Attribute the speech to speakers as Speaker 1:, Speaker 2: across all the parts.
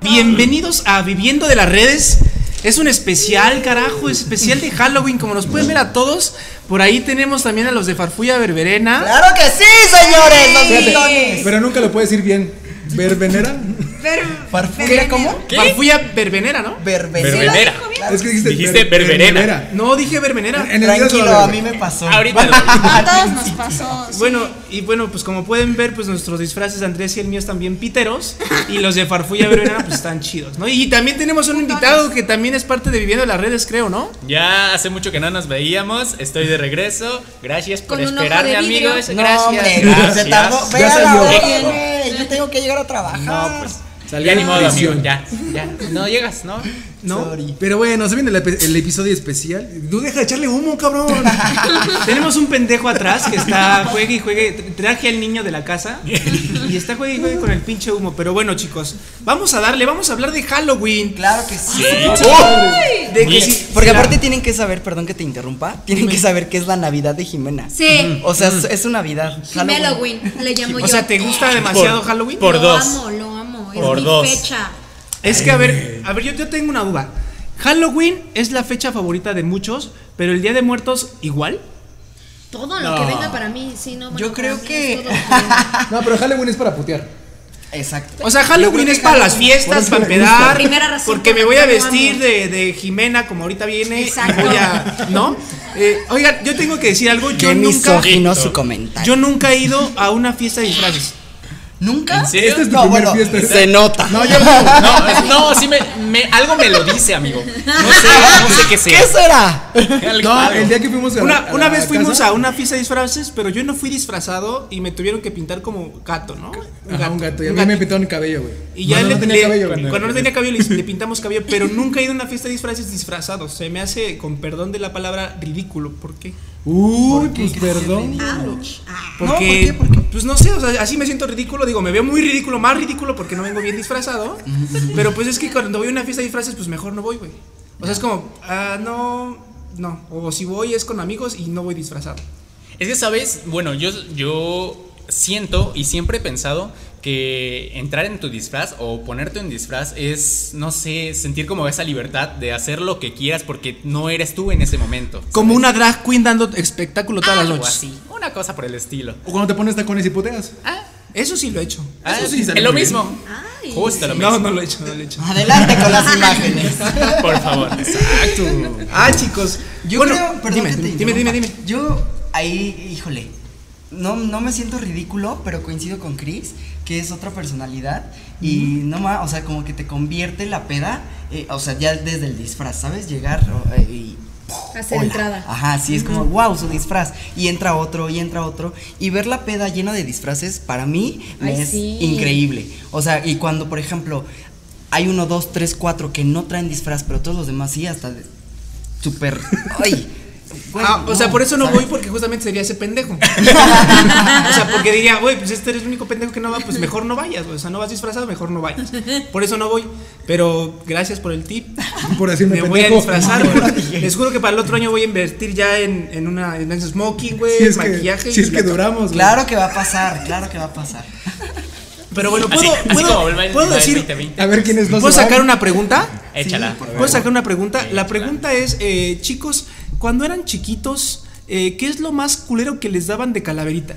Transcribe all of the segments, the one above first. Speaker 1: Bienvenidos a Viviendo de las Redes. Es un especial, carajo, especial de Halloween, como nos pueden ver a todos. Por ahí tenemos también a los de Farfulla Berberena.
Speaker 2: ¡Claro que sí, señores! ¡Los
Speaker 3: Fíjate.
Speaker 2: mitones!
Speaker 3: Pero nunca lo puedes decir bien. ¿Verbenera?
Speaker 4: Ver-
Speaker 2: Farfulla,
Speaker 4: verbenera.
Speaker 2: ¿cómo?
Speaker 5: ¿Qué?
Speaker 1: Farfulla Berbenera, ¿no?
Speaker 2: Verbena.
Speaker 4: ¿Sí lo
Speaker 5: Verbena.
Speaker 4: dijo bien?
Speaker 3: Es que dijiste,
Speaker 5: Dijiste
Speaker 3: ver-
Speaker 5: verbenera.
Speaker 1: No, dije Berbenera.
Speaker 2: Eh,
Speaker 3: En el
Speaker 2: Tranquilo,
Speaker 3: día
Speaker 2: a mí me pasó.
Speaker 5: Ahorita lo-
Speaker 4: A todos nos pasó. sí.
Speaker 1: Bueno, y bueno, pues como pueden ver, pues nuestros disfraces de Andrés y el mío están bien piteros. Y los de Farfulla Berberena, pues están chidos, ¿no? Y también tenemos un invitado que también es parte de Viviendo de las Redes, creo, ¿no?
Speaker 5: ya hace mucho que no nos veíamos. Estoy de regreso. Gracias por
Speaker 4: Con un ojo
Speaker 5: esperarme,
Speaker 4: de vidrio.
Speaker 5: amigos.
Speaker 2: No,
Speaker 5: Gracias.
Speaker 2: hombre,
Speaker 5: gracias.
Speaker 2: se tardó. Ve
Speaker 3: Ya
Speaker 2: a la
Speaker 3: salió.
Speaker 2: hora, güey, Yo tengo que llegar a trabajar.
Speaker 5: No, pues. Ya ni modo, amigo. Ya, ya. No llegas, ¿no?
Speaker 1: ¿No?
Speaker 2: Sorry.
Speaker 3: Pero bueno, se viene el, epi- el episodio especial. Tú deja de echarle humo, cabrón.
Speaker 1: Tenemos un pendejo atrás que está juegue y juegue. Traje al niño de la casa y está juegue y juegue con el pinche humo. Pero bueno, chicos, vamos a darle, vamos a hablar de Halloween.
Speaker 2: Claro que sí.
Speaker 4: ¡Oh!
Speaker 2: Oh.
Speaker 1: De que
Speaker 5: Mira,
Speaker 1: si-
Speaker 2: Porque
Speaker 1: si la-
Speaker 2: aparte tienen que saber, perdón que te interrumpa, tienen que saber qué es la Navidad de Jimena.
Speaker 4: Sí.
Speaker 2: O sea, es, es su Navidad. Halloween.
Speaker 4: Halloween, le llamo yo.
Speaker 1: O sea, ¿te gusta demasiado
Speaker 5: Por-
Speaker 1: Halloween?
Speaker 5: por-
Speaker 4: lo
Speaker 5: dos.
Speaker 4: amo, lo amo. Es
Speaker 5: Por
Speaker 4: mi
Speaker 5: dos.
Speaker 4: fecha.
Speaker 1: Es que a
Speaker 3: Eh.
Speaker 1: ver, a ver, yo, yo tengo una duda. Halloween es la fecha favorita de muchos, pero el Día de Muertos igual.
Speaker 4: Todo lo que venga para mí, sí, no. bueno,
Speaker 2: Yo creo
Speaker 4: para mí es
Speaker 2: que-
Speaker 4: todo lo que venga.
Speaker 3: No, pero Halloween es para putear.
Speaker 2: Exacto.
Speaker 1: O sea, Halloween es para las fiestas,
Speaker 3: por
Speaker 1: para
Speaker 3: eso me gusta.
Speaker 1: empedar,
Speaker 4: Primera razón
Speaker 1: porque
Speaker 4: por
Speaker 1: me
Speaker 4: la
Speaker 1: voy
Speaker 4: que
Speaker 1: a
Speaker 4: lo
Speaker 1: vestir
Speaker 4: amo.
Speaker 1: de, de Jimena como ahorita viene
Speaker 4: Exacto.
Speaker 1: y voy a, ¿no? Eh, oigan, yo tengo que decir algo, yo
Speaker 2: Qué
Speaker 1: nunca,
Speaker 2: misógino su comentario.
Speaker 1: yo nunca he ido a una fiesta de disfraces.
Speaker 2: ¿Nunca?
Speaker 5: ¿En serio?
Speaker 3: Esta es tu
Speaker 2: No,
Speaker 3: primera
Speaker 2: bueno,
Speaker 3: fiesta.
Speaker 2: se nota.
Speaker 3: No, yo no.
Speaker 5: No, es- no, sí me, me- algo me lo dice, amigo. No sé, no sé qué sea.
Speaker 2: ¿Qué será?
Speaker 5: Algo-
Speaker 3: No,
Speaker 5: algo.
Speaker 3: el día que fuimos a la-
Speaker 1: Una,
Speaker 3: a
Speaker 1: una
Speaker 3: la
Speaker 1: vez fuimos
Speaker 3: casa,
Speaker 1: a una fiesta de disfraces, pero yo no fui disfrazado y me tuvieron que pintar como gato, ¿no?
Speaker 3: Ajá, un gato. Y a mí
Speaker 1: gatito.
Speaker 3: me pintaron el cabello, güey.
Speaker 1: Y ya
Speaker 3: Cuando
Speaker 1: le,
Speaker 3: no
Speaker 1: le-
Speaker 3: tenía cabello. güey.
Speaker 1: cuando no tenía cabello le, le pintamos cabello, pero nunca he ido a una fiesta de disfraces disfrazados. Se me hace, con perdón de la palabra, ridículo. ¿Por qué?
Speaker 3: Uy, pues perdón.
Speaker 4: Ouch. Ah.
Speaker 1: Porque,
Speaker 2: No, ¿por qué? ¿Por qué?
Speaker 1: pues no sé, o sea, así me siento ridículo. Digo, me veo muy ridículo, más ridículo porque no vengo bien disfrazado. pero pues es que cuando voy a una fiesta de disfraces, pues mejor no voy, güey. O sea, es como, ah, no, no. O si voy es con amigos y no voy disfrazado.
Speaker 5: Es que, ¿sabes? Bueno, yo, yo siento y siempre he pensado que entrar en tu disfraz o ponerte un disfraz es, no sé, sentir como esa libertad de hacer lo que quieras porque no eres tú en ese momento.
Speaker 1: Como una drag queen dando espectáculo todas las
Speaker 5: Algo
Speaker 1: noches.
Speaker 5: así, una cosa por el estilo.
Speaker 3: O cuando te pones tacones y puteas.
Speaker 5: Ah,
Speaker 1: Eso sí lo he hecho.
Speaker 5: ah,
Speaker 3: Eso sí sale
Speaker 5: es lo
Speaker 3: muy bien.
Speaker 5: mismo.
Speaker 4: Ay.
Speaker 5: Justo lo
Speaker 1: No,
Speaker 5: mismo.
Speaker 1: no lo he hecho, no lo he hecho.
Speaker 2: Adelante con las imágenes.
Speaker 5: Por favor. Exacto.
Speaker 1: Ah, chicos.
Speaker 2: Yo
Speaker 1: bueno,
Speaker 2: creo, perdón
Speaker 1: dime,
Speaker 2: que te
Speaker 1: dime, dime,
Speaker 2: interrumpa.
Speaker 1: dime.
Speaker 2: Yo ahí, híjole, no, no me siento ridículo, pero coincido con Chris, que es otra personalidad y no más, o sea, como que te convierte la peda, eh, o sea, ya desde el disfraz, ¿sabes? Llegar o- eh, y
Speaker 4: Hacer
Speaker 2: hola.
Speaker 4: entrada.
Speaker 2: Ajá, sí, es como, wow, su disfraz. Y entra otro, y entra otro. Y ver la peda llena de disfraces, para mí, me
Speaker 4: Ay,
Speaker 2: es
Speaker 4: sí.
Speaker 2: increíble. O sea, y cuando, por ejemplo, hay uno, dos, tres, cuatro que no traen disfraz, pero todos los demás sí, hasta de- súper. ¡Ay! güey,
Speaker 1: Ah, o sea,
Speaker 2: no,
Speaker 1: por eso no
Speaker 2: ¿sabes?
Speaker 1: voy porque justamente sería ese pendejo. o sea, porque diría, güey, pues este eres el único pendejo que no va, pues mejor no vayas, güey. O sea, no vas disfrazado, mejor no vayas. Por eso no voy. Pero gracias por el tip.
Speaker 3: Por decirme
Speaker 1: Me voy a
Speaker 3: pendejo.
Speaker 1: disfrazar, güey. Les juro que para el otro año voy a invertir ya en, en una en un smoking, güey,
Speaker 3: Si es
Speaker 1: maquillaje.
Speaker 3: que, si
Speaker 1: y
Speaker 3: es
Speaker 1: la
Speaker 3: que
Speaker 1: to-
Speaker 3: duramos, güey.
Speaker 2: Claro que va a pasar, claro que va a pasar.
Speaker 1: Pero bueno,
Speaker 5: Así,
Speaker 1: puedo,
Speaker 5: así como
Speaker 1: puedo,
Speaker 5: el baile-
Speaker 1: puedo
Speaker 5: el
Speaker 1: decir.
Speaker 5: 2020.
Speaker 3: A ver quiénes no
Speaker 1: ¿Puedo
Speaker 3: se van.
Speaker 1: sacar una pregunta?
Speaker 5: Échala.
Speaker 1: ¿Puedo sacar una pregunta? La pregunta es, eh, chicos, cuando eran chiquitos, eh, ¿qué es lo más culero que les daban de calaverita?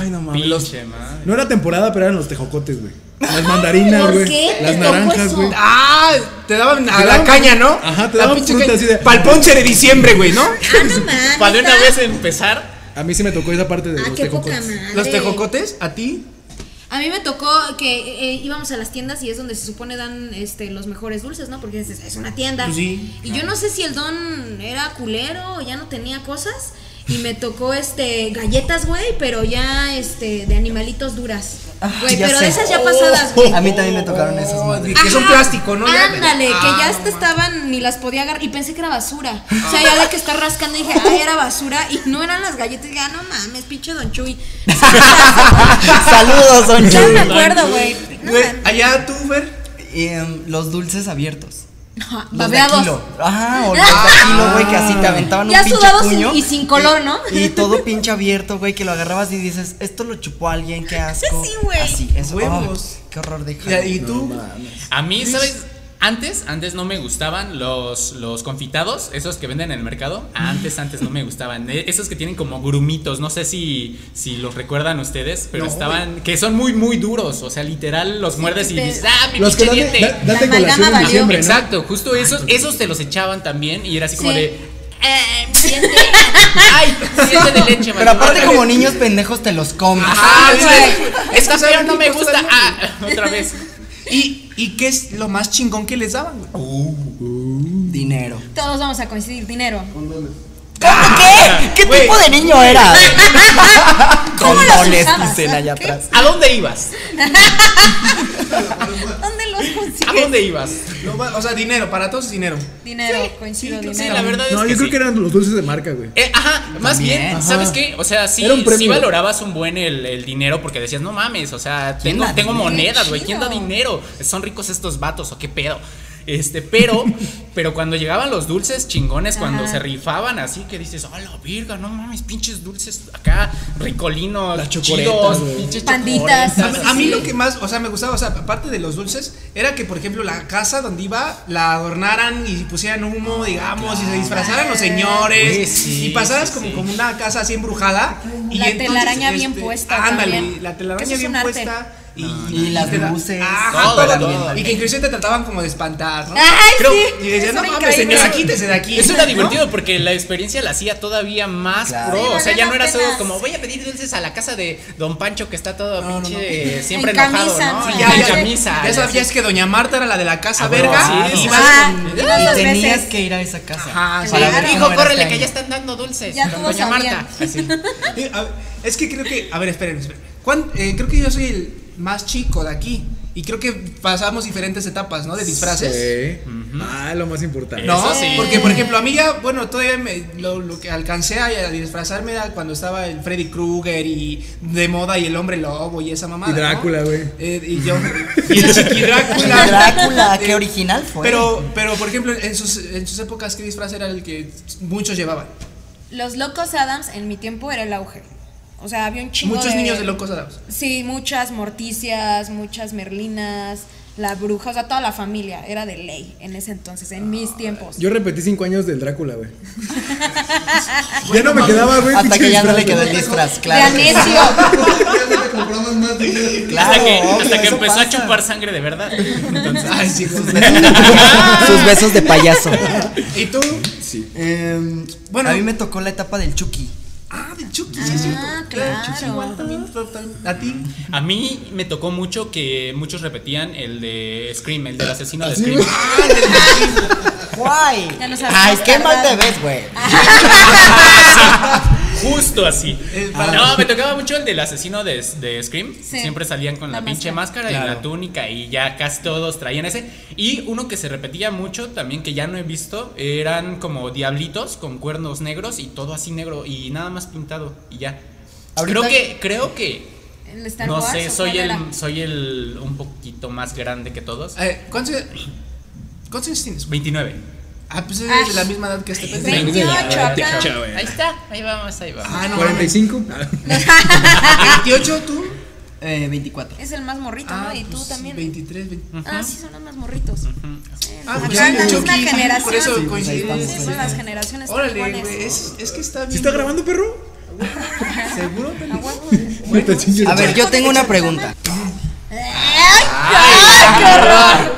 Speaker 3: Ay, no mames. Los-
Speaker 5: Pinche madre.
Speaker 3: No era temporada, pero eran los tejocotes, güey. Las mandarinas,
Speaker 4: ¿Por
Speaker 3: güey.
Speaker 4: qué?
Speaker 3: Las
Speaker 4: ¿Te tocó
Speaker 3: naranjas,
Speaker 4: eso?
Speaker 3: güey.
Speaker 1: Ah, te daban a
Speaker 3: Te
Speaker 1: la
Speaker 3: daban-
Speaker 1: caña, ¿no?
Speaker 3: Ajá, te
Speaker 1: La
Speaker 3: daban
Speaker 1: pinche
Speaker 3: fruta
Speaker 1: caña.
Speaker 3: así de-
Speaker 1: Pa'l ponche de diciembre, güey, ¿no?
Speaker 4: Ah, no mames.
Speaker 5: Para de una
Speaker 4: ah.
Speaker 5: vez empezar.
Speaker 3: A mí sí me tocó esa parte de
Speaker 4: Ah,
Speaker 3: los
Speaker 4: qué poca
Speaker 3: tejocotes.
Speaker 4: madre.
Speaker 1: Los tejocotes, a ti.
Speaker 4: A mí me tocó que eh, eh, íbamos a las tiendas y es donde se supone dan este, los mejores dulces, ¿no? Porque es, es una tienda.
Speaker 1: Pues sí,
Speaker 4: y yo no sé si el don era culero o ya no tenía cosas. Y me tocó este galletas, güey, pero ya este de animalitos duras.
Speaker 2: Ah,
Speaker 4: Güey,
Speaker 2: ya
Speaker 4: pero
Speaker 2: sé. Oh,
Speaker 4: de esas ya pasadas, Oh, güey.
Speaker 2: A mí también me tocaron esas madres.
Speaker 1: que son
Speaker 4: Ajá,
Speaker 1: plástico, ¿no? Ya-
Speaker 4: Ándale,
Speaker 1: Ah,
Speaker 4: que ya hasta estaban, ni las podía agarrar. Y pensé que era basura. O sea, ya de que está rascando dije, ay, era basura. Y no eran las galletas. Y dije, ah, no mames, pinche Don Chuy.
Speaker 2: Saludos, don
Speaker 4: Ya no me
Speaker 2: Chuy.
Speaker 4: acuerdo, güey. No
Speaker 1: Güey,
Speaker 4: mames.
Speaker 1: allá tú, Fer.
Speaker 2: Y, em, los dulces abiertos. Los de a
Speaker 4: Babeados. Ah.
Speaker 2: kilo. Ajá, o los de a kilo, güey, que así te aventaban
Speaker 4: Ya
Speaker 2: un pinche
Speaker 4: sudados
Speaker 2: puño.
Speaker 4: y- y sin color, ¿no?
Speaker 2: Y todo pinche abierto, güey, que lo agarrabas y dices, esto lo chupó alguien, qué asco.
Speaker 4: Sí, güey.
Speaker 2: Así, eso.
Speaker 1: Huevos.
Speaker 2: oh, qué horror de
Speaker 1: Ya,
Speaker 2: Halloween.
Speaker 1: ¿Y tú?
Speaker 5: A mí, ¿sabes? Antes, antes no me gustaban los, los confitados, esos que venden en el mercado. Antes, antes no me gustaban. E- Esos que tienen como grumitos, no sé si, si los recuerdan ustedes, pero estaban, que son muy, muy duros. O sea, literal, los muerdes y
Speaker 4: te-
Speaker 5: dices, ¡ah, mi
Speaker 3: Los que
Speaker 5: pinche
Speaker 3: dan,
Speaker 5: diente!
Speaker 3: da- dan
Speaker 4: La
Speaker 3: de colación
Speaker 4: amalgama
Speaker 3: en
Speaker 4: valió.
Speaker 3: diciembre, ¿no?
Speaker 5: Exacto, justo esos, esos te los echaban también y era así como
Speaker 4: Sí. Eh,
Speaker 5: de, "Ah, mi diente, ¡ay, mi diente de leche!
Speaker 2: Pero aparte,
Speaker 5: otra
Speaker 2: como
Speaker 5: vez".
Speaker 2: niños pendejos, te los comes.
Speaker 5: Ajá,
Speaker 1: Ay,
Speaker 5: dices,
Speaker 1: güey.
Speaker 5: Ah, esta
Speaker 1: Es que
Speaker 5: fea
Speaker 1: saben
Speaker 5: no me
Speaker 1: ricos,
Speaker 5: gusta.
Speaker 1: saben
Speaker 5: Ah, otra vez.
Speaker 1: ¿Y, ¿Y qué es lo más chingón que les daban, güey?
Speaker 2: Dinero.
Speaker 4: Todos vamos a coincidir, dinero.
Speaker 2: ¿Qué? ¿Qué
Speaker 1: Güey.
Speaker 2: tipo de niño era?
Speaker 4: ¿Cómo los
Speaker 2: Condones,
Speaker 4: usabas?
Speaker 2: dicen allá
Speaker 4: ¿Qué?
Speaker 2: atrás.
Speaker 5: ¿A dónde ibas?
Speaker 4: ¿Dónde los
Speaker 5: ¿A
Speaker 4: consigues?
Speaker 5: dónde ibas?
Speaker 1: Lo más- o sea, dinero, para todos es dinero.
Speaker 4: Dinero, coincido, dinero.
Speaker 5: Sí, la verdad es
Speaker 3: No,
Speaker 5: que
Speaker 3: yo creo
Speaker 5: sí.
Speaker 3: que eran los dulces de marca, güey.
Speaker 5: Eh, ajá, más
Speaker 2: También,
Speaker 5: bien,
Speaker 2: ajá.
Speaker 5: ¿sabes qué? O sea, sí,
Speaker 3: Era un premio.
Speaker 5: sí valorabas un buen el, el dinero porque decías, no mames, o sea, tengo,
Speaker 2: da
Speaker 5: tengo
Speaker 2: dinero?
Speaker 5: monedas, güey, ¿quién da
Speaker 4: Chido.
Speaker 5: dinero? Son ricos estos vatos, o qué pedo. Este, pero, pero cuando llegaban los dulces chingones, cuando
Speaker 4: Ajá.
Speaker 5: se rifaban así, que dices, oh la virga, no mames, pinches dulces acá, ricolinos,
Speaker 3: Las chocoretas,
Speaker 5: chidos,
Speaker 3: güey.
Speaker 5: pinches
Speaker 4: Panditas.
Speaker 5: chocoretas,
Speaker 4: Sí,
Speaker 1: A mí
Speaker 4: sí.
Speaker 1: lo que más, o sea, me gustaba, o sea, aparte de los dulces, era que, por ejemplo, la casa donde iba la adornaran y pusieran humo, digamos, y se disfrazaran los señores.
Speaker 5: Güey, sí,
Speaker 1: y pasaras
Speaker 5: sí,
Speaker 1: como,
Speaker 5: sí.
Speaker 1: como una casa así embrujada. y entonces,
Speaker 4: La
Speaker 1: este,
Speaker 4: telaraña bien puesta
Speaker 1: Ándale,
Speaker 4: también.
Speaker 1: la
Speaker 4: Eso
Speaker 1: telaraña
Speaker 4: es
Speaker 1: bien
Speaker 4: un arte.
Speaker 1: puesta. Y,
Speaker 2: Y las
Speaker 1: te la-
Speaker 2: luces.
Speaker 1: Ajá,
Speaker 5: Todo
Speaker 1: todo,
Speaker 5: era
Speaker 1: todo.
Speaker 5: bien
Speaker 1: Y que inclusive te trataban como de espantar, ¿no?
Speaker 4: Ay,
Speaker 5: Creo-
Speaker 4: sí.
Speaker 1: y decían,
Speaker 4: eso
Speaker 1: no
Speaker 4: era
Speaker 1: mames,
Speaker 4: increíble.
Speaker 1: señora, quítese de aquí.
Speaker 5: Eso era
Speaker 1: ¿no?
Speaker 5: divertido porque la experiencia la hacía todavía más
Speaker 2: Claro.
Speaker 5: pro.
Speaker 4: Sí,
Speaker 5: o sea, ya
Speaker 4: valían
Speaker 5: no era
Speaker 4: la
Speaker 5: solo
Speaker 4: pena.
Speaker 5: como voy a pedir dulces a la casa de Don Pancho que está todo
Speaker 1: No, no,
Speaker 5: pinche
Speaker 1: no.
Speaker 5: eh, siempre
Speaker 4: En
Speaker 5: enojado,
Speaker 4: camisa,
Speaker 5: ¿no?
Speaker 4: ¿no?
Speaker 5: Y
Speaker 1: Ya,
Speaker 5: en
Speaker 1: ya,
Speaker 5: camisa.
Speaker 1: ya
Speaker 5: y así.
Speaker 1: sabías que Doña Marta era la de la casa
Speaker 5: Ah,
Speaker 1: verga.
Speaker 5: bueno, sí,
Speaker 1: y
Speaker 5: sí.
Speaker 1: ibas
Speaker 4: Ah,
Speaker 1: con-
Speaker 4: Ibas dos
Speaker 2: Y tenías
Speaker 4: veces.
Speaker 2: que ir a esa casa.
Speaker 1: Ajá, sí.
Speaker 2: para ver
Speaker 4: Claro.
Speaker 2: cómo
Speaker 5: Hijo,
Speaker 2: era
Speaker 5: córrele
Speaker 2: este
Speaker 5: que ya
Speaker 2: año.
Speaker 5: están dando dulces.
Speaker 4: Ya tuvo
Speaker 5: con Doña
Speaker 4: sabía.
Speaker 5: Marta. Así.
Speaker 1: Eh, a ver, es que creo que. A ver, esperen, esperen. ¿Cuán- eh, creo que yo soy el más chico de aquí. Y creo que pasamos diferentes etapas, ¿no? De disfraces.
Speaker 3: Sí. Ah, lo más importante.
Speaker 1: ¿No?
Speaker 5: Eso sí.
Speaker 1: Porque, por ejemplo, a mí ya, bueno, todavía me- lo, lo que alcancé a, a disfrazarme era cuando estaba el Freddy Krueger y de moda y el hombre lobo y esa mamada.
Speaker 3: Y Drácula,
Speaker 1: ¿no?
Speaker 3: güey.
Speaker 1: Eh, y yo. Y el chiqui Drácula.
Speaker 2: Drácula, qué
Speaker 1: Eh,
Speaker 2: original fue.
Speaker 1: Pero, pero por ejemplo, en sus, en sus épocas, ¿qué disfraz era el que muchos llevaban?
Speaker 4: Los Locos Adams en mi tiempo era el auge. O sea, había un chingo
Speaker 1: Muchos niños de locos adados.
Speaker 4: Sí, muchas morticias, muchas merlinas, la bruja, o sea, toda la familia era de ley en ese entonces, en
Speaker 1: Ah,
Speaker 4: mis tiempos.
Speaker 3: Yo repetí cinco años del Drácula, güey. ya no me quedaba, güey.
Speaker 2: Hasta
Speaker 3: pinche
Speaker 2: que ya no le quedó
Speaker 3: disfraz.
Speaker 2: el disfraz,
Speaker 4: de
Speaker 2: claro. que-
Speaker 4: anecio.
Speaker 2: Claro,
Speaker 5: hasta que,
Speaker 2: obvio,
Speaker 5: hasta que
Speaker 2: eso
Speaker 5: empezó a
Speaker 2: pasa.
Speaker 5: chupar sangre de verdad. Entonces,
Speaker 1: Ay, sí,
Speaker 2: Sus besos de- Sus besos de payaso.
Speaker 1: ¿Y tú?
Speaker 2: Eh,
Speaker 1: Bueno.
Speaker 2: a mí me tocó la etapa del Chucky.
Speaker 1: Ah, de Chucky, sí, es cierto.
Speaker 4: Ah,
Speaker 1: Chucky
Speaker 4: claro.
Speaker 1: igual también, total. A ti.
Speaker 5: a mí me tocó mucho que muchos repetían el de Scream, el del asesino de Scream.
Speaker 2: ¡Guay!
Speaker 4: Ya nos habíamos
Speaker 2: Ay, qué mal te
Speaker 4: tardado.
Speaker 2: ves, güey.
Speaker 5: Justo así.
Speaker 1: El padre.
Speaker 5: No, me tocaba mucho el del asesino de, de Scream.
Speaker 4: Sí.
Speaker 5: Siempre salían con la,
Speaker 4: La
Speaker 5: pinche máscara, y la túnica y ya casi todos traían ese. Y uno que se repetía mucho también, que ya no he visto, eran como diablitos con cuernos negros y todo así negro y nada más pintado y ya.
Speaker 2: Ahorita-
Speaker 5: Creo que, creo que...
Speaker 4: El Star
Speaker 5: no
Speaker 4: Wars,
Speaker 5: sé,
Speaker 4: ¿o
Speaker 5: soy
Speaker 4: cuál
Speaker 5: el,
Speaker 4: era?
Speaker 5: soy el un poquito más grande que todos.
Speaker 1: Eh, ¿Cuántos cuántos años tienes?
Speaker 5: 29.
Speaker 1: Ah, pues
Speaker 4: Ay.
Speaker 1: es de la misma edad que este pendejo.
Speaker 4: 28 Pues acá.
Speaker 3: Chao, güey.
Speaker 5: Ahí está, ahí vamos, ahí vamos.
Speaker 1: Ah, no, mames.
Speaker 3: 45.
Speaker 4: Ah.
Speaker 1: 28 tú.
Speaker 2: Eh, 24.
Speaker 4: Es el más morrito,
Speaker 1: Ah,
Speaker 4: ¿no? Y tú
Speaker 1: pues,
Speaker 4: también.
Speaker 1: 23, 20.
Speaker 3: Mm.
Speaker 4: Ah, sí, son los más morritos. Sí,
Speaker 1: Ah,
Speaker 4: acá
Speaker 1: pues
Speaker 4: en
Speaker 1: sí,
Speaker 4: la
Speaker 1: Chucky,
Speaker 4: misma
Speaker 1: sí,
Speaker 4: generación.
Speaker 1: Por eso
Speaker 2: Sí, pues, ahí
Speaker 1: coincidimos.
Speaker 2: estamos.
Speaker 4: Sí, son las generaciones tan
Speaker 1: Órale,
Speaker 4: iguales.
Speaker 1: güey, es, es que está bien.
Speaker 3: ¿Sí está grabando, perro?
Speaker 1: ¿Seguro?
Speaker 4: A huevo.
Speaker 3: No te chingues.
Speaker 2: A ver, yo tengo una pregunta.
Speaker 4: ¡Ay!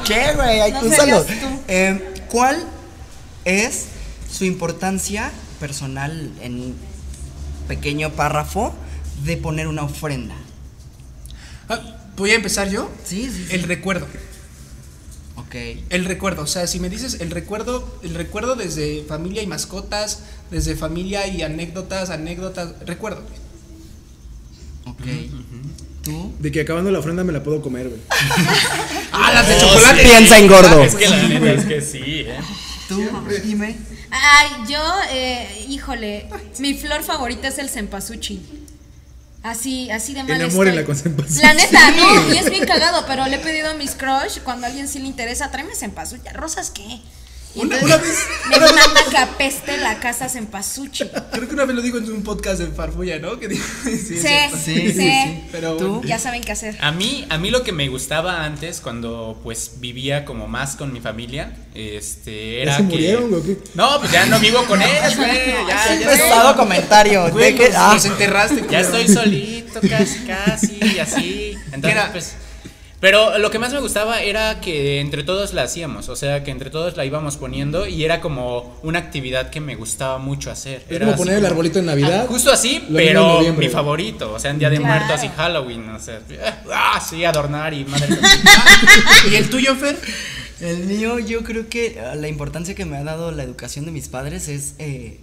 Speaker 2: ¿Qué, güey? Ay,
Speaker 4: No
Speaker 2: tú solo.
Speaker 4: serías tú.
Speaker 2: Eh, ¿Cuál es su importancia personal en un pequeño párrafo de poner una ofrenda?
Speaker 1: Ah, Voy a empezar yo.
Speaker 2: Sí, sí, sí.
Speaker 1: El recuerdo.
Speaker 2: Ok.
Speaker 1: El recuerdo, o sea, si me dices el recuerdo, el recuerdo desde familia y mascotas, desde familia y anécdotas, anécdotas, recuerdo. güey.
Speaker 2: Ok. ¿Tú?
Speaker 3: De que acabando la ofrenda me la puedo comer, güey.
Speaker 1: Ah, las de
Speaker 5: Oh,
Speaker 1: chocolate.
Speaker 5: sí.
Speaker 2: Piensa en gordo.
Speaker 5: Es que la neta es que sí, eh.
Speaker 2: ¿Tú? Dime.
Speaker 4: Ay, yo, eh, híjole, mi flor favorita es el cempasúchil. Así, así de
Speaker 3: El
Speaker 4: mal
Speaker 3: amor y
Speaker 4: estoy.
Speaker 3: la concentración.
Speaker 4: La neta, no, y es bien cagado, pero le he pedido a mis crush, cuando a alguien sí le interesa, tráeme cempasúchil. ¿Rosas qué? Y
Speaker 1: Una-
Speaker 4: entonces
Speaker 1: una vez-
Speaker 4: me
Speaker 1: una vez-
Speaker 4: mata que apeste la casa cempasúchil.
Speaker 1: Creo que una vez lo digo en un podcast en Farfulla, ¿no? Que digo, sí, es
Speaker 4: Sí,
Speaker 1: cierto.
Speaker 4: sí,
Speaker 2: Sí, sí, sí.
Speaker 1: Pero
Speaker 2: ¿Tú?
Speaker 1: bueno.
Speaker 4: Ya saben qué hacer.
Speaker 5: A mí, a mí lo que me gustaba antes, cuando pues vivía como más con mi familia, este, era
Speaker 3: se
Speaker 5: que.
Speaker 3: murieron, o qué?
Speaker 5: No, pues ya no vivo con ellos, güey. Ya,
Speaker 2: Es
Speaker 5: ya
Speaker 2: un
Speaker 5: estoy-
Speaker 2: pesado comentario. de
Speaker 1: Güey,
Speaker 2: que-
Speaker 1: nos,
Speaker 2: ah,
Speaker 1: nos enterraste.
Speaker 5: Ya
Speaker 1: culero.
Speaker 5: estoy solito, casi, casi, y así. Entonces,
Speaker 1: Mira.
Speaker 5: pues. Pero lo que más me gustaba era que entre todos la hacíamos, o sea, que entre todos la íbamos poniendo y era como una actividad que me gustaba mucho hacer.
Speaker 3: Es
Speaker 5: Era
Speaker 3: como
Speaker 5: así
Speaker 3: poner el arbolito en Navidad.
Speaker 5: Justo así,
Speaker 3: Lo mismo en
Speaker 5: pero
Speaker 3: noviembre.
Speaker 5: mi favorito, o sea, en Día de
Speaker 4: Claro.
Speaker 5: Muertos y Halloween, o sea, ah, sí, adornar y madre.
Speaker 1: ¿Y el tuyo, Fer?
Speaker 2: El mío, yo creo que ah, la importancia que me ha dado la educación de mis padres es eh,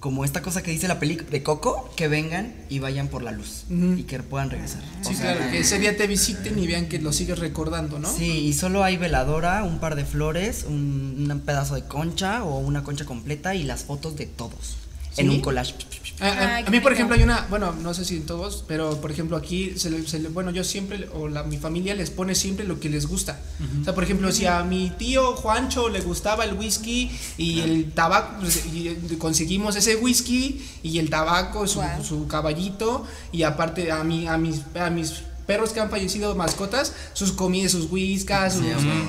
Speaker 2: como esta cosa que dice la película de Coco, que vengan y vayan por la luz y que puedan regresar. O
Speaker 1: Sí,
Speaker 2: sea,
Speaker 5: eh,
Speaker 1: claro, que ese día te visiten y vean que lo sigues recordando, ¿no?
Speaker 2: Sí, y solo hay veladora, un par de flores, un, un pedazo de concha o una concha completa y las fotos de todos en un collage.
Speaker 1: A, Ah, a-
Speaker 4: Ay,
Speaker 1: a mí,
Speaker 4: Ah, qué
Speaker 1: por
Speaker 4: rico.
Speaker 1: ejemplo, hay una, bueno, no sé si en todos, pero por ejemplo aquí, se le- se le- bueno, yo siempre, le- o la, mi familia les pone siempre lo que les gusta. O sea, por ejemplo, si a mi tío Juancho le gustaba el whisky y el tabaco, pues, y, eh, conseguimos ese whisky y el tabaco, su,
Speaker 4: Guau.
Speaker 1: su caballito, y aparte a, mi, a, mis, a mis perros que han fallecido mascotas, sus comidas, sus whiskas, sus-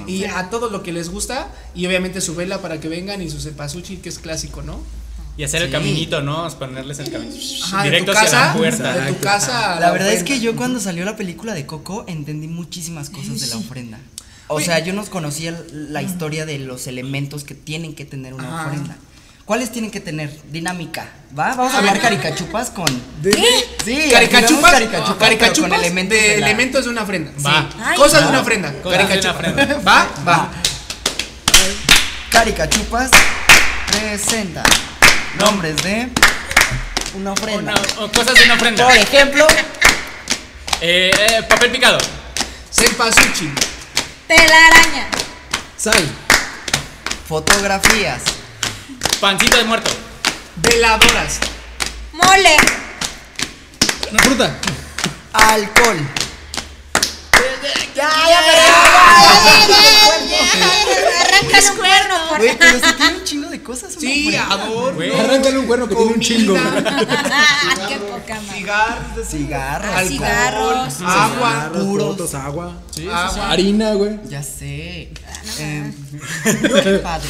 Speaker 1: y a todo lo que les gusta, y obviamente su vela para que vengan y su cepasuchi, que es clásico, ¿no?
Speaker 5: Y hacer el
Speaker 2: Sí.
Speaker 5: caminito, ¿no? Ponerles el caminito.
Speaker 1: Ajá, de tu
Speaker 5: directo hacia
Speaker 1: casa,
Speaker 5: la puerta.
Speaker 1: de tu casa. a
Speaker 2: La verdad es
Speaker 1: ofrenda.
Speaker 2: que yo cuando salió la película de Coco entendí muchísimas cosas de la ofrenda. O
Speaker 1: Oye.
Speaker 2: sea, yo no conocía la historia de los elementos que tienen que tener una
Speaker 1: Ajá.
Speaker 2: ofrenda. ¿Cuáles tienen que tener? Dinámica. ¿Va? Vamos a hablar caricachupas con.
Speaker 3: De-
Speaker 2: Sí,
Speaker 1: Ah. Caricachupas,
Speaker 2: hagamos caricachupas,
Speaker 1: no,
Speaker 2: pero con
Speaker 1: caricachupas
Speaker 2: elementos
Speaker 1: de,
Speaker 2: de la-
Speaker 1: elementos de una ofrenda.
Speaker 5: Va.
Speaker 1: Sí.
Speaker 4: Ay,
Speaker 1: Cosas
Speaker 4: va.
Speaker 1: de una ofrenda.
Speaker 5: Cosas de una
Speaker 1: Caricachupas.
Speaker 5: ofrenda.
Speaker 1: Va, va.
Speaker 2: Caricachupas presenta nombres de una ofrenda.
Speaker 5: Una- o cosas de una ofrenda.
Speaker 2: Por ejemplo,
Speaker 5: Eh, eh, papel picado.
Speaker 1: Senpasuchi.
Speaker 4: Telaraña.
Speaker 3: Sal.
Speaker 2: fotografías,
Speaker 5: Pancito de muerto.
Speaker 1: Veladoras.
Speaker 4: Mole.
Speaker 3: Fruta.
Speaker 2: alcohol.
Speaker 4: Arrancan un cuerno por
Speaker 2: Güey, pero se tiene un chingo de cosas. una
Speaker 1: Sí,
Speaker 2: ofrenda.
Speaker 1: adorno.
Speaker 5: Güey.
Speaker 3: Arráncale un cuerno que tiene un
Speaker 1: comida,
Speaker 3: chingo.
Speaker 4: Qué poca madre.
Speaker 1: Cigarros.
Speaker 2: Cigarros.
Speaker 1: alcohol,
Speaker 4: cigarros.
Speaker 1: Agua.
Speaker 3: Arroz,
Speaker 2: puros.
Speaker 3: fotos, agua.
Speaker 1: Agua.
Speaker 3: Harina, güey.
Speaker 2: Ya sé. Eh, qué padre.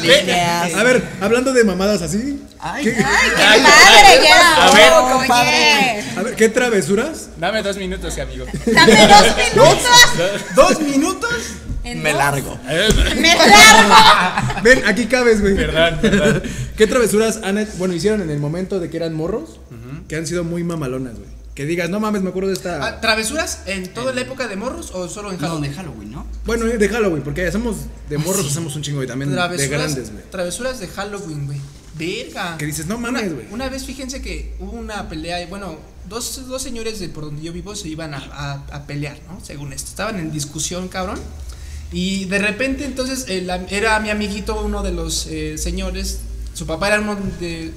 Speaker 2: Líneas.
Speaker 3: A ver, hablando de mamadas así.
Speaker 2: Ay,
Speaker 3: ¿qué,
Speaker 4: Ay, qué
Speaker 5: Ay,
Speaker 4: padre
Speaker 5: ay,
Speaker 4: ya.
Speaker 5: a ver,
Speaker 4: Oye.
Speaker 2: compadre.
Speaker 3: a ver, ¿qué travesuras?
Speaker 5: Dame dos minutos, amigo. Eh,
Speaker 4: Dame dos minutos.
Speaker 1: Dos minutos.
Speaker 4: En
Speaker 2: me
Speaker 4: dos.
Speaker 2: largo.
Speaker 5: Eh,
Speaker 4: Me largo.
Speaker 3: Ven, aquí cabes, güey.
Speaker 5: Perdón, perdón.
Speaker 3: ¿Qué travesuras han hecho- bueno, hicieron en el momento de que eran morros? Que han sido muy mamalonas, güey. Que digas, no mames, me acuerdo de esta.
Speaker 1: Ah, ¿Travesuras en toda la época de morros o solo en
Speaker 2: No,
Speaker 1: Halloween?
Speaker 2: de Halloween, ¿no?
Speaker 3: Bueno, de Halloween, porque hacemos de morros, hacemos un chingo y también de
Speaker 1: Travesuras-
Speaker 3: grandes, güey.
Speaker 1: Travesuras de Halloween, güey. Verga.
Speaker 3: Que dices, no mames,
Speaker 1: Una-
Speaker 3: güey.
Speaker 1: Una vez fíjense que hubo una pelea y bueno, dos, dos señores de por donde yo vivo se iban a, a- a pelear, ¿no? Según esto. Estaban en discusión, cabrón. Y de repente entonces el am- era mi amiguito uno de los eh, señores, su papá era uno de...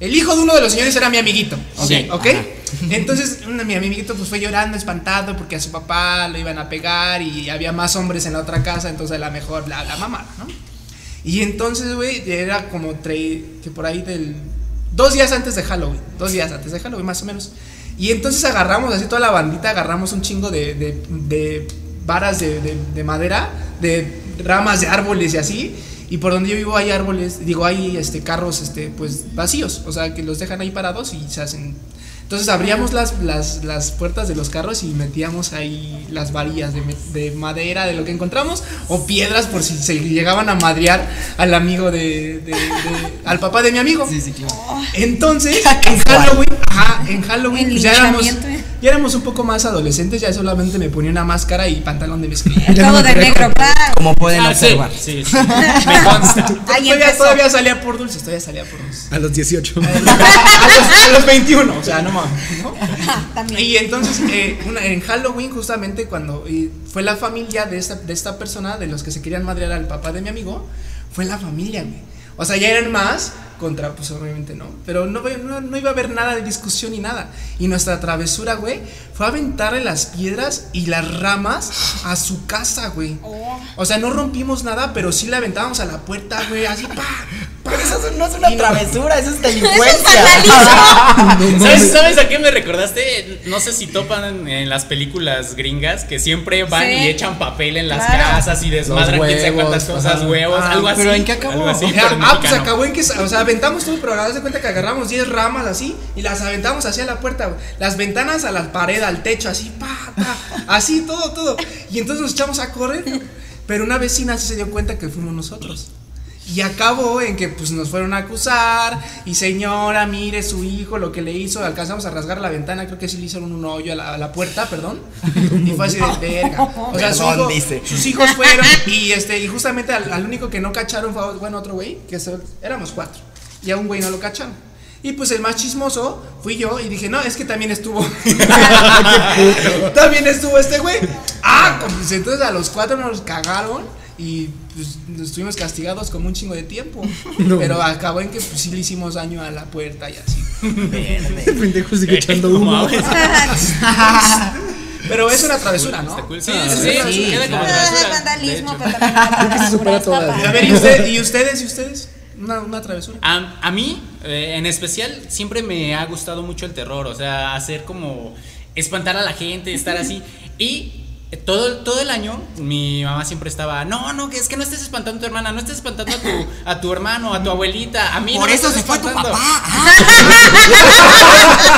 Speaker 1: El hijo de uno de los señores era mi amiguito. Ok.
Speaker 2: Sí,
Speaker 1: ¿ok?
Speaker 2: ajá.
Speaker 1: Entonces una- mi amiguito pues fue llorando, espantado, porque a su papá lo iban a pegar y había más hombres en la otra casa, entonces a lo mejor la, la mamada, ¿no? Y entonces, güey, era como tre- que por ahí del... Dos días antes de Halloween, dos días antes de Halloween, más o menos. Y entonces agarramos, así toda la bandita, agarramos un chingo de, de- de varas de, de- de madera, de ramas de árboles y así. Y por donde yo vivo hay árboles, digo, hay este, carros este, pues vacíos, o sea, que los dejan ahí parados y se hacen... Entonces abríamos las, las, las puertas de los carros y metíamos ahí las varillas de, me- de madera, de lo que encontramos, o piedras por si se llegaban a madrear al amigo de... de- de- al papá de mi amigo.
Speaker 2: Sí, sí, claro.
Speaker 1: Entonces,
Speaker 2: Qué
Speaker 1: en Halloween, ajá, en Halloween
Speaker 4: El
Speaker 1: pues, ya éramos,
Speaker 4: linchamiento, eh.
Speaker 1: ya éramos un poco más adolescentes, ya solamente me ponía una máscara y pantalón de mezclilla.
Speaker 4: Todo de negro, claro.
Speaker 2: Como pueden
Speaker 5: Ah, sí,
Speaker 2: observar.
Speaker 5: sí, sí. Me consta.
Speaker 4: Ahí
Speaker 1: todavía,
Speaker 4: empezó.
Speaker 1: todavía salía por dulces, todavía salía por dulces.
Speaker 3: A los 18.
Speaker 1: A los, a los 21, o sea, no mames, ¿no?
Speaker 4: Ah, También.
Speaker 1: Y entonces, eh, una- en Halloween, justamente cuando eh, fue la familia de esta, de esta persona, de los que se querían madrear al papá de mi amigo, fue la familia, güey. O sea, ya eran más, contra, pues obviamente no. Pero no, ve- no, no iba a haber nada de discusión ni nada. Y nuestra travesura, güey, fue aventarle las piedras y las ramas a su casa, güey.
Speaker 4: Oh.
Speaker 1: O sea, no rompimos nada, pero sí le aventábamos a la puerta, güey, así, pa, pa.
Speaker 2: Pero eso no es una
Speaker 1: Y no-
Speaker 2: travesura, eso es
Speaker 4: Eso es
Speaker 2: delincuencia.
Speaker 5: ¿Sabes, sabes a qué me recordaste? No sé si topan en las películas gringas que siempre van
Speaker 4: Sí.
Speaker 5: y echan papel en las
Speaker 4: Claro.
Speaker 5: casas y desmadran quién sabe cuántas
Speaker 3: huevos,
Speaker 5: cosas,
Speaker 3: ajá.
Speaker 5: huevos,
Speaker 1: Ah,
Speaker 5: algo así.
Speaker 2: ¿pero en qué acabó?
Speaker 5: algo así,
Speaker 1: O sea,
Speaker 5: pero en
Speaker 1: ah, pues
Speaker 5: mexicano.
Speaker 1: acabó en que, o sea, aventamos todo, pero haz de cuenta que agarramos 10 ramas así y las aventamos hacia la puerta, güey. las ventanas a la pared, al techo, así, pa, pa, así, todo, todo. Y entonces nos echamos a correr, pero una vecina sí se dio cuenta que fuimos nosotros. Y acabó en que pues nos fueron a acusar y señora, mire su hijo, lo que le hizo, alcanzamos a rasgar la ventana, creo que sí le hicieron un hoyo a la, a la puerta, perdón. Y fue así de verga. O sea, su hijo-
Speaker 2: Perdón, dice.
Speaker 1: sus hijos fueron y este y justamente al, al único que no cacharon fue a- bueno otro güey que so- éramos cuatro y a un güey no lo cacharon y pues el más chismoso fui yo y dije no es que también estuvo también estuvo este güey ah pues entonces a los cuatro nos cagaron y pues nos estuvimos castigados como un chingo de tiempo pero acabó en que pues sí le hicimos daño a la puerta y así
Speaker 3: Este pendejo sigue echando humo.
Speaker 5: Como-
Speaker 1: pero es una travesura no
Speaker 5: Está cool. Sí,
Speaker 1: Sí,
Speaker 5: sí,
Speaker 1: sí,
Speaker 5: sí,
Speaker 1: sí.
Speaker 5: queda como
Speaker 4: Pero
Speaker 5: basura,
Speaker 4: es
Speaker 5: de
Speaker 4: vandalismo,
Speaker 5: hecho.
Speaker 4: pero también la
Speaker 3: que se supera
Speaker 4: basura está
Speaker 3: todas.
Speaker 4: padre.
Speaker 1: a ver y, usted- y ustedes y ustedes una, una travesura
Speaker 5: A, a mí, eh, en especial, siempre me ha gustado mucho el terror, o sea, hacer como espantar a la gente, estar así. Y todo, todo el año mi mamá siempre estaba, no, no, que es que no estés espantando a tu hermana, no estés espantando a tu, a tu hermano, a tu abuelita, a mí. no
Speaker 2: Por
Speaker 5: me
Speaker 2: eso
Speaker 5: estés
Speaker 2: se fue tu
Speaker 5: espantando".
Speaker 2: papá.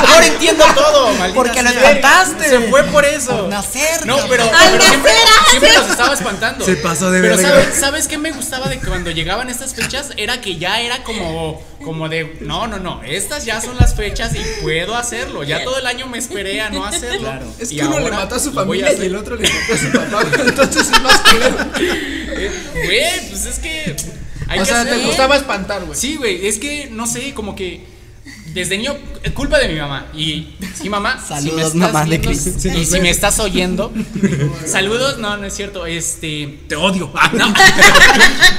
Speaker 5: Ahora entiendo todo, maldita
Speaker 2: Porque lo
Speaker 5: sea.
Speaker 2: espantaste.
Speaker 5: Se fue por eso.
Speaker 2: nacer,
Speaker 5: No, pero,
Speaker 4: Al
Speaker 5: pero siempre,
Speaker 4: nacer, ah,
Speaker 5: siempre
Speaker 4: sí.
Speaker 5: los estaba espantando.
Speaker 3: Se pasó de
Speaker 5: Pero
Speaker 3: verga.
Speaker 5: ¿sabes, ¿sabes qué me gustaba de cuando llegaban estas fechas? Era que ya era como, como de, no, no, no, estas ya son las fechas y puedo hacerlo. Ya todo el año me esperé a no hacerlo.
Speaker 1: Es
Speaker 5: Y
Speaker 1: que uno le
Speaker 5: ahora
Speaker 1: mató a su
Speaker 5: lo voy a
Speaker 1: familia y
Speaker 5: hacer.
Speaker 1: el otro le mató a su papá. Entonces es más culero.
Speaker 5: Eh, Güey, pues es que... hay
Speaker 1: O
Speaker 5: que
Speaker 1: sea, te
Speaker 5: hacerlo.
Speaker 1: gustaba espantar, güey.
Speaker 5: Sí, güey, es que no sé, como que desde niño, eh, culpa de mi mamá. Y sí, mamá, si me
Speaker 2: Saludos,
Speaker 5: estás
Speaker 2: mamá de
Speaker 5: viendo,
Speaker 2: Cris.
Speaker 5: y si me estás oyendo, saludos, no, no es cierto, este.
Speaker 3: Te odio.
Speaker 5: Ah, no.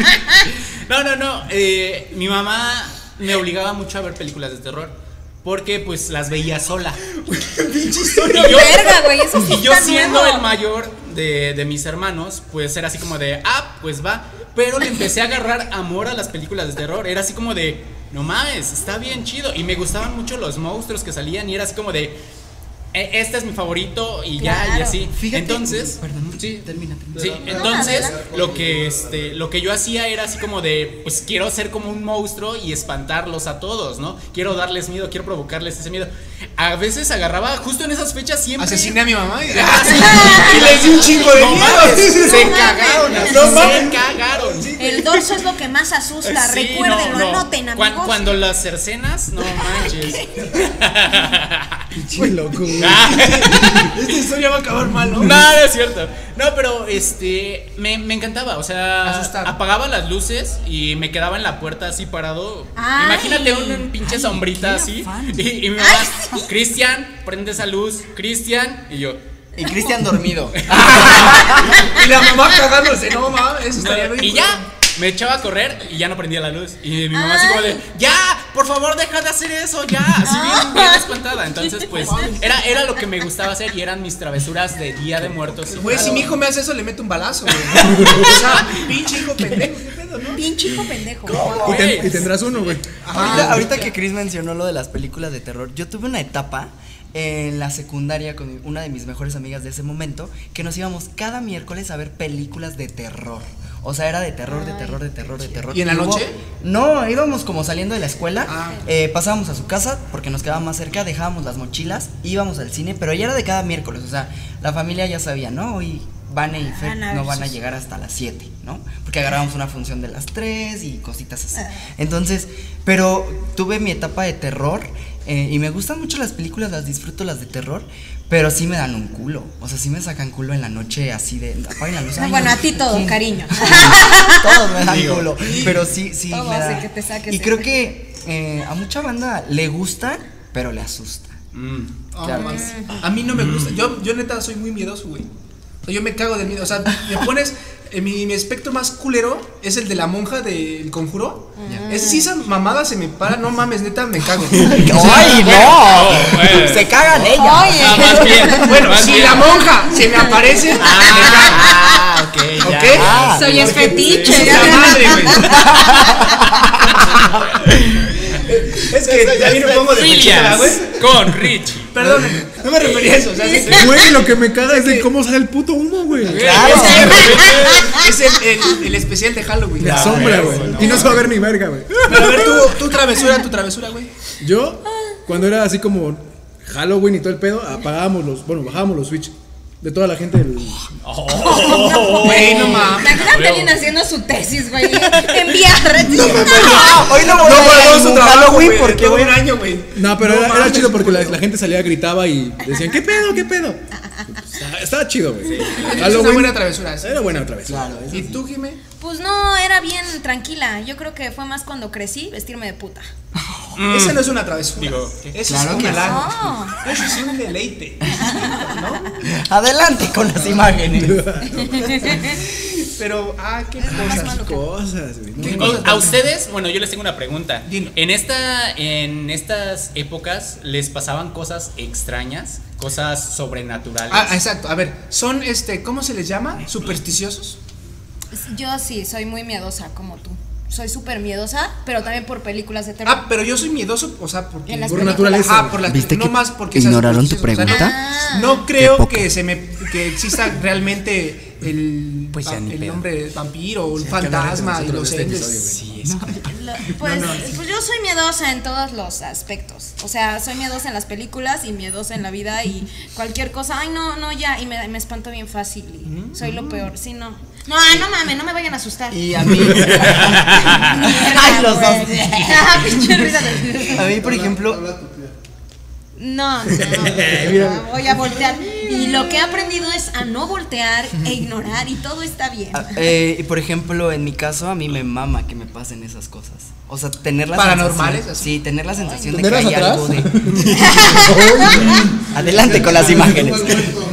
Speaker 5: no, no, no, eh, mi mamá me obligaba mucho a ver películas de terror. Porque pues las veía sola. Y yo-
Speaker 4: Verga, güey, eso sí
Speaker 5: y yo
Speaker 4: está
Speaker 5: siendo
Speaker 4: nuevo.
Speaker 5: el mayor de, de mis hermanos, pues era así como de, ah, pues va. Pero le empecé a agarrar amor a las películas de terror. Era así como de, no mames, está bien chido. Y me gustaban mucho los monstruos que salían y era así como de, "E- este es mi favorito y ya, y
Speaker 4: Claro.
Speaker 5: así.
Speaker 2: Fíjate.
Speaker 5: Entonces,
Speaker 2: Perdón,
Speaker 5: sí,
Speaker 2: termina, termina.
Speaker 5: Sí, entonces lo que, este, lo que yo hacía era así como de, pues quiero ser como un monstruo y espantarlos a todos, ¿no? Quiero darles miedo, quiero provocarles ese miedo. A veces agarraba, justo en esas fechas siempre...
Speaker 1: Asesiné a mi mamá y,
Speaker 5: Y les di un chingo de
Speaker 1: miedo.
Speaker 5: Se
Speaker 4: No mames.
Speaker 5: cagaron, así,
Speaker 1: No
Speaker 5: se
Speaker 1: mames.
Speaker 5: cagaron.
Speaker 4: El dorso es lo que más asusta,
Speaker 5: Sí,
Speaker 4: recuérdenlo,
Speaker 5: no, no.
Speaker 4: anoten,
Speaker 5: Cuan-
Speaker 4: amigos.
Speaker 5: Cuando las cercenas, no manches.
Speaker 3: Pinche loco, güey.
Speaker 5: Ah,
Speaker 1: Esta historia va a acabar mal, ¿no?
Speaker 5: No, no es cierto. No, pero este me, me encantaba, o sea,
Speaker 1: Asustar.
Speaker 5: apagaba las luces y me quedaba en la puerta así parado.
Speaker 4: Ay.
Speaker 5: Imagínate una pinche sombrita así. Y, y mi mamá, Cristian, prende esa luz, Cristian, y yo.
Speaker 2: Y Cristian dormido.
Speaker 5: Ah.
Speaker 1: Y la mamá cagándose, no mamá, eso estaría bien.
Speaker 5: y
Speaker 1: culero.
Speaker 5: ya me echaba a correr y ya no prendía la luz. Y mi mamá así como de, "Ya, por favor, deja de hacer eso, ya." Así
Speaker 1: Ah.
Speaker 5: bien, bien espantada. Entonces, pues era era lo que me gustaba hacer y eran mis travesuras de Día de Muertos.
Speaker 1: Güey, si mi hijo me hace eso, le meto un balazo, güey. O sea, pinche hijo pendejo, qué pedo, ¿no?
Speaker 4: Pinche hijo pendejo.
Speaker 3: Y, ten- y tendrás uno, güey.
Speaker 2: ahorita, ahorita que Chris mencionó lo de las películas de terror, yo tuve una etapa en la secundaria con mi- una de mis mejores amigas de ese momento que nos íbamos cada miércoles a ver películas de terror. O sea, era de terror, de terror, de terror, de terror.
Speaker 1: ¿Y en la
Speaker 2: hubo-
Speaker 1: noche?
Speaker 2: No, íbamos como saliendo de la escuela,
Speaker 1: Ah.
Speaker 2: eh, pasábamos a su casa porque nos quedaba más cerca, dejábamos las mochilas, íbamos al cine, pero ya era de cada miércoles, o sea, la familia ya sabía, ¿no? Hoy Vane y Fer
Speaker 4: Van Ah, a
Speaker 2: no
Speaker 4: ver
Speaker 2: van a
Speaker 4: sus-
Speaker 2: llegar hasta las 7, ¿no? Porque agarrábamos una función de las 3 y cositas así. Entonces, pero tuve mi etapa de terror eh, y me gustan mucho las películas, las disfruto las de terror, pero sí me dan un culo, o sea, sí me sacan culo en la noche así de... Apaguen la luz. ay,
Speaker 4: Bueno,
Speaker 2: no,
Speaker 4: a ti todo,
Speaker 2: ¿quién?
Speaker 4: cariño.
Speaker 2: Todos me dan culo, pero sí, sí.
Speaker 4: Todo
Speaker 2: me da-
Speaker 4: hace que te saques
Speaker 2: y
Speaker 4: de-
Speaker 2: creo que eh, a mucha banda le gusta, pero le asusta.
Speaker 1: Ah,
Speaker 2: Claro.
Speaker 1: mames. A mí no me gusta. Yo, yo neta soy muy miedoso, güey. O sea, Yo me cago de miedo. O sea, me pones eh, mi, mi espectro más culero es el de la monja del conjuro.
Speaker 5: Ah.
Speaker 2: Ya.
Speaker 1: Es, si esa mamada se me para, no mames, neta, me cago.
Speaker 2: ¡Ay, no!
Speaker 5: No, eh.
Speaker 2: Se cagan ella.
Speaker 5: Ah, más bien.
Speaker 1: Bueno,
Speaker 5: más
Speaker 1: si
Speaker 5: bien.
Speaker 1: la monja se me aparece,
Speaker 5: Ah, ok, ya.
Speaker 1: ¿ok?
Speaker 2: Ah,
Speaker 4: Soy es fetiche.
Speaker 1: Chinga madre, güey. es que ya vino pongo de mochila, güey.
Speaker 5: Williams con Richie.
Speaker 1: Perdón, no me refería a eso. O sea, es, es
Speaker 3: Güey, lo que me caga es de cómo sale el puto humo, güey.
Speaker 2: Claro.
Speaker 1: el, el- el especial de Halloween.
Speaker 3: La sombra, güey. Y no se va a ver ni verga, güey.
Speaker 1: Pero a ver, tu, tu travesura, tu travesura, güey.
Speaker 3: Yo, cuando era así como Halloween y todo el pedo, apagábamos los, bueno, bajábamos los switch de toda la gente del...
Speaker 1: Güey, no mames.
Speaker 4: Imagínate alguien haciendo su tesis, güey. Enviar.
Speaker 2: Ah, Hoy no
Speaker 1: No
Speaker 2: voy a ir a
Speaker 1: pagó su
Speaker 2: ningún
Speaker 1: trabajo,
Speaker 2: Halloween
Speaker 1: güey,
Speaker 2: porque
Speaker 1: todo
Speaker 2: voy
Speaker 1: un año, güey.
Speaker 3: No, pero era, era
Speaker 1: mames,
Speaker 3: chido porque la, la gente salía, gritaba y decían, ¿qué pedo, qué pedo? Estaba- Estaba chido, güey.
Speaker 1: Es una
Speaker 3: Halloween-
Speaker 1: buena travesura. sí.
Speaker 3: Era buena otra vez.
Speaker 2: Claro, eso
Speaker 1: ¿Y
Speaker 2: sí.
Speaker 1: tú, Jimé?
Speaker 4: Pues no, era bien tranquila. Yo creo que fue más cuando crecí vestirme de puta.
Speaker 1: Esa no es una travesura.
Speaker 5: Digo,
Speaker 1: eso
Speaker 2: claro
Speaker 1: es un
Speaker 2: que
Speaker 1: halago.
Speaker 4: No.
Speaker 1: Eso es un deleite.
Speaker 2: Adelante con las imágenes.
Speaker 1: Pero, ah, qué
Speaker 4: más
Speaker 1: cosas.
Speaker 4: maluca.
Speaker 3: Cosas, güey. ¿no?
Speaker 1: ¿Qué
Speaker 5: O-
Speaker 1: cosas?
Speaker 5: a ustedes, bueno, yo les tengo una pregunta.
Speaker 1: Dilo.
Speaker 5: En esta, en estas épocas les pasaban cosas extrañas, cosas sobrenaturales.
Speaker 1: Ah, exacto. A ver, son este, ¿cómo se les llama? Supersticiosos.
Speaker 4: Yo sí, soy muy miedosa como tú. Soy súper miedosa, pero también por películas de terror.
Speaker 1: Ah, pero yo soy miedoso, o sea, porque
Speaker 4: En las
Speaker 3: Por
Speaker 4: películas.
Speaker 3: naturaleza.
Speaker 1: Ah, por las
Speaker 2: ¿Viste
Speaker 1: no
Speaker 2: que
Speaker 1: más porque seas
Speaker 2: ignoraron tu
Speaker 1: supersticioso, o sea,
Speaker 4: pregunta?
Speaker 1: no, no
Speaker 4: Ah.
Speaker 2: Qué
Speaker 1: creo
Speaker 2: poca.
Speaker 1: que se me que exista realmente el
Speaker 2: Pues ya
Speaker 1: va-
Speaker 2: ni
Speaker 1: el
Speaker 2: pedo.
Speaker 1: hombre vampiro o el
Speaker 3: que hablar entre
Speaker 1: fantasma y
Speaker 3: nosotros
Speaker 1: los
Speaker 3: de este
Speaker 1: entes.
Speaker 3: episodio,
Speaker 5: Sí, es-
Speaker 4: Lo- pues, pues yo soy miedosa en todos los aspectos. O sea, soy miedosa en las películas y miedosa en la vida y cualquier cosa. Ay, no, no, ya. Y me, me espanto bien fácil. y soy lo peor. Sí, no. No, ay, no mames, no me vayan a asustar.
Speaker 2: Y a mí. Ay, los dos.
Speaker 4: Ah, pinche risa de-
Speaker 2: A mí, por ejemplo,
Speaker 4: No, no, no, voy a voltear. Y lo que he aprendido es a no voltear e ignorar y todo está bien.
Speaker 2: a- eh, y por ejemplo, en mi caso, a mí me mama que me pasen esas cosas. O sea, tener la
Speaker 1: ¿Paranormales,
Speaker 2: sensación-
Speaker 1: así?
Speaker 2: Sí, tener la sensación de que
Speaker 3: ¿Tenerlas
Speaker 2: hay algo
Speaker 3: atrás?
Speaker 2: de. Adelante con las imágenes.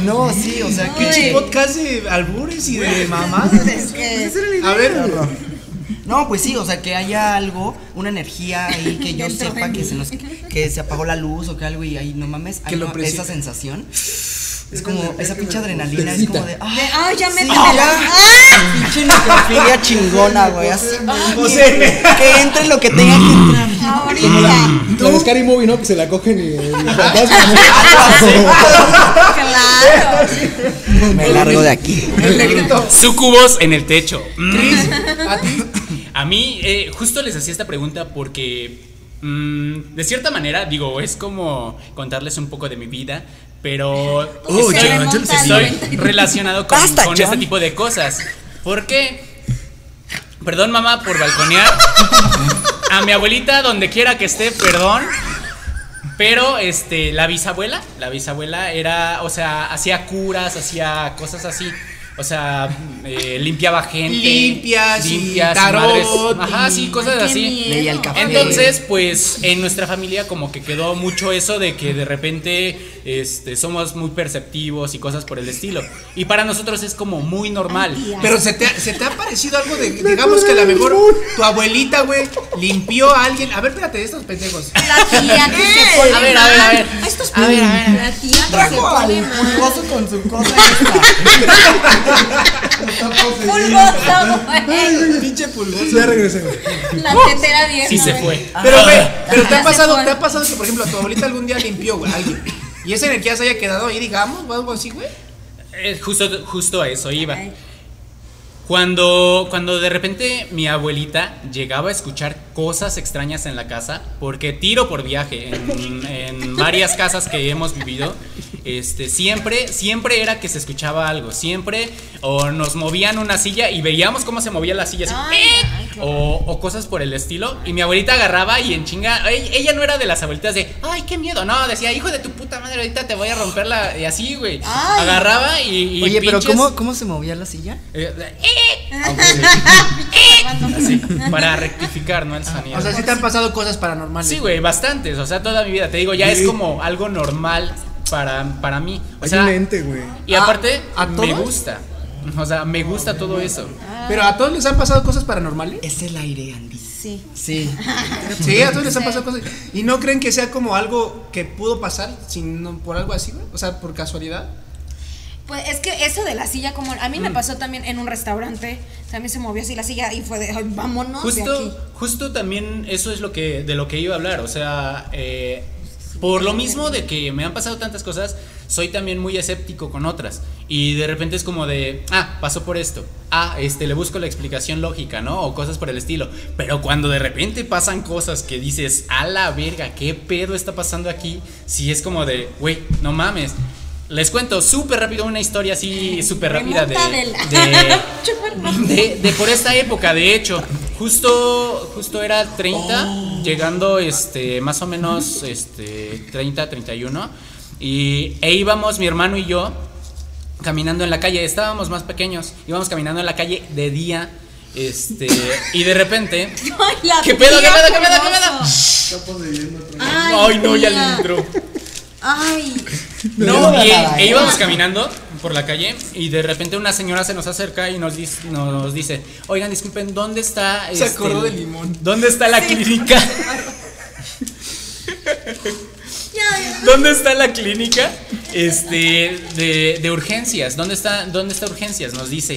Speaker 2: No, sí, o sea, que.
Speaker 1: Pinche
Speaker 4: Güey.
Speaker 1: podcast de albures y de mamadas.
Speaker 4: Es que-
Speaker 1: A ver,
Speaker 2: No, pues sí, o sea, que haya algo, una energía ahí que yo
Speaker 4: Dentro de
Speaker 2: sepa que
Speaker 4: mí.
Speaker 2: se, nos, que se apagó la luz o que algo y ahí no mames,
Speaker 1: Que
Speaker 2: hay
Speaker 1: lo presienta.
Speaker 2: esa sensación. Es como esa pinche adrenalina, es como de,
Speaker 4: de-
Speaker 2: ah,
Speaker 4: Ay, ya
Speaker 2: Sí,
Speaker 4: métemela.
Speaker 2: ya.
Speaker 4: Ah,
Speaker 2: pinche necrofilia chingona, güey, así.
Speaker 1: José,
Speaker 2: Que entre lo que tenga que entrar.
Speaker 4: ¡Ah! Ahorita.
Speaker 3: La de Scary Movie, ¿no? Que se la cogen y el fantasma.
Speaker 4: Claro.
Speaker 2: Me largo de aquí.
Speaker 1: el negrito.
Speaker 5: Sucubos en el techo. Mm.
Speaker 1: Chris, a ti.
Speaker 5: A mí, eh, justo les hacía esta pregunta porque, mm, de cierta manera, digo, es como contarles un poco de mi vida, pero
Speaker 4: Oh,
Speaker 5: estoy,
Speaker 4: John, John se
Speaker 5: estoy
Speaker 4: siente.
Speaker 5: relacionado con,
Speaker 2: Basta,
Speaker 5: con este
Speaker 2: John.
Speaker 5: tipo de cosas. Porque, perdón mamá por balconear, a mi abuelita donde quiera que esté, perdón. Pero este, la bisabuela, la bisabuela era, o sea, hacía curas, hacía cosas así. O sea, eh, limpiaba gente.
Speaker 1: Limpias y
Speaker 5: limpias
Speaker 1: tarot
Speaker 5: madres. Ajá,
Speaker 1: y-
Speaker 5: sí, cosas
Speaker 4: Qué
Speaker 5: así.
Speaker 4: miedo.
Speaker 2: Leía el café.
Speaker 5: Entonces, pues en nuestra familia como que quedó mucho eso de que de repente este, somos muy perceptivos y cosas por el estilo. Y para nosotros es como muy normal.
Speaker 4: Ay, tía.
Speaker 1: Pero se te, ha, se te ha parecido algo de, digamos que a lo mejor tu abuelita, güey, limpió a alguien. A ver, espérate, de estos pendejos.
Speaker 4: La tía que se pone
Speaker 5: A ver, a ver, a
Speaker 4: mal.
Speaker 5: ver.
Speaker 4: Ay, estos
Speaker 5: A ver, a ver, a ver.
Speaker 4: La tía que se
Speaker 2: Trajo
Speaker 4: pone
Speaker 2: al
Speaker 4: mal.
Speaker 2: pulgoso con su cosa esta.
Speaker 4: Pulgoso, güey.
Speaker 1: Pinche pulgoso.
Speaker 3: Ya regresé, güey.
Speaker 4: La tetera bien.
Speaker 5: Sí se fue.
Speaker 1: Pero, güey, pero te
Speaker 4: Ya
Speaker 1: ha
Speaker 4: se
Speaker 1: pasado,
Speaker 4: fue.
Speaker 1: te ha pasado que, por ejemplo, a tu abuelita algún día limpió, güey, a alguien. Y esa energía se haya quedado ahí, digamos, o algo así, güey.
Speaker 5: Eh, justo, justo a eso iba. Cuando, cuando de repente mi abuelita llegaba a escuchar cosas extrañas en la casa, porque tiro por viaje en, en varias casas que hemos vivido, este, siempre, siempre era que se escuchaba algo, siempre o nos movían una silla y veíamos cómo se movía la silla, así,
Speaker 4: Ay,
Speaker 5: ¡eh!
Speaker 4: ay, qué
Speaker 5: o, o cosas por el estilo, y mi abuelita agarraba y en chinga, ey- ella no era de las abuelitas de, ay, qué miedo, no, decía, hijo de tu puta madre, ahorita te voy a romper la, y así, güey,
Speaker 4: Ay.
Speaker 5: agarraba y... y
Speaker 2: Oye, pero
Speaker 5: pinches-
Speaker 2: ¿cómo, ¿cómo se movía la silla?
Speaker 5: eh, eh, así, para rectificar, ¿no? El sonido.
Speaker 1: Ah. O sea, sí te han pasado cosas paranormales.
Speaker 5: sí, güey, bastantes. O sea, toda mi vida. Te digo, ya es
Speaker 3: Sí.
Speaker 5: como algo normal para, para mí. O
Speaker 3: Hay
Speaker 5: sea,
Speaker 3: un ente, güey.
Speaker 5: y aparte,
Speaker 1: ¿A- a
Speaker 5: me
Speaker 1: todos?
Speaker 5: gusta. O sea, me gusta todo eso.
Speaker 1: Pero a todos les han pasado cosas paranormales.
Speaker 2: Es el aire, Andy.
Speaker 4: Sí.
Speaker 2: Sí.
Speaker 1: Sí, a todos les han
Speaker 4: Sí.
Speaker 1: pasado cosas. ¿Y no creen que sea como algo que pudo pasar sino por algo así, güey? O sea, por casualidad.
Speaker 4: Pues es que eso de la silla, como a mí
Speaker 5: Mm.
Speaker 4: me pasó también en un restaurante, también se movió así la silla y fue de, "Ay, vámonos de aquí.
Speaker 5: Justo, justo también eso es lo que, de lo que iba a hablar. O sea, eh, por lo mismo de que me han pasado tantas cosas, soy también muy escéptico con otras. Y de repente es como de, ah, pasó por esto. Ah, este, le busco la explicación lógica, ¿no? O cosas por el estilo. Pero cuando de repente pasan cosas que dices, a la verga, ¿qué pedo está pasando aquí? Si es como de, güey, no mames. Les cuento súper rápido una historia así súper rápida de,
Speaker 4: Remonta del-
Speaker 5: de,
Speaker 4: Chúpalo.
Speaker 5: de, de por esta época, de hecho. Justo, justo era 30, llegando este, más o menos este, 30, 31. Y, e íbamos mi hermano y yo caminando en la calle. Estábamos más pequeños. Íbamos caminando en la calle de día. Este, y de repente.
Speaker 4: Ay, la
Speaker 5: ¿Qué pedo, qué
Speaker 4: tía
Speaker 5: pedo, qué pedo, qué
Speaker 4: Coloso. Ay,
Speaker 5: Ay, no, ya
Speaker 4: tía.
Speaker 5: le entró.
Speaker 4: Ay,
Speaker 5: No,
Speaker 2: No,
Speaker 5: y,
Speaker 2: nada,
Speaker 5: e
Speaker 2: ¿eh?
Speaker 5: íbamos caminando por la calle y de repente una señora se nos acerca y nos, dis- nos dice, oigan, disculpen, ¿dónde está... este,
Speaker 1: Se acordó del limón.
Speaker 5: ¿Dónde está la clínica?
Speaker 4: ya, ya.
Speaker 5: ¿Dónde está la clínica? Este, de, de urgencias. ¿Dónde está, ¿Dónde está urgencias? Nos dice.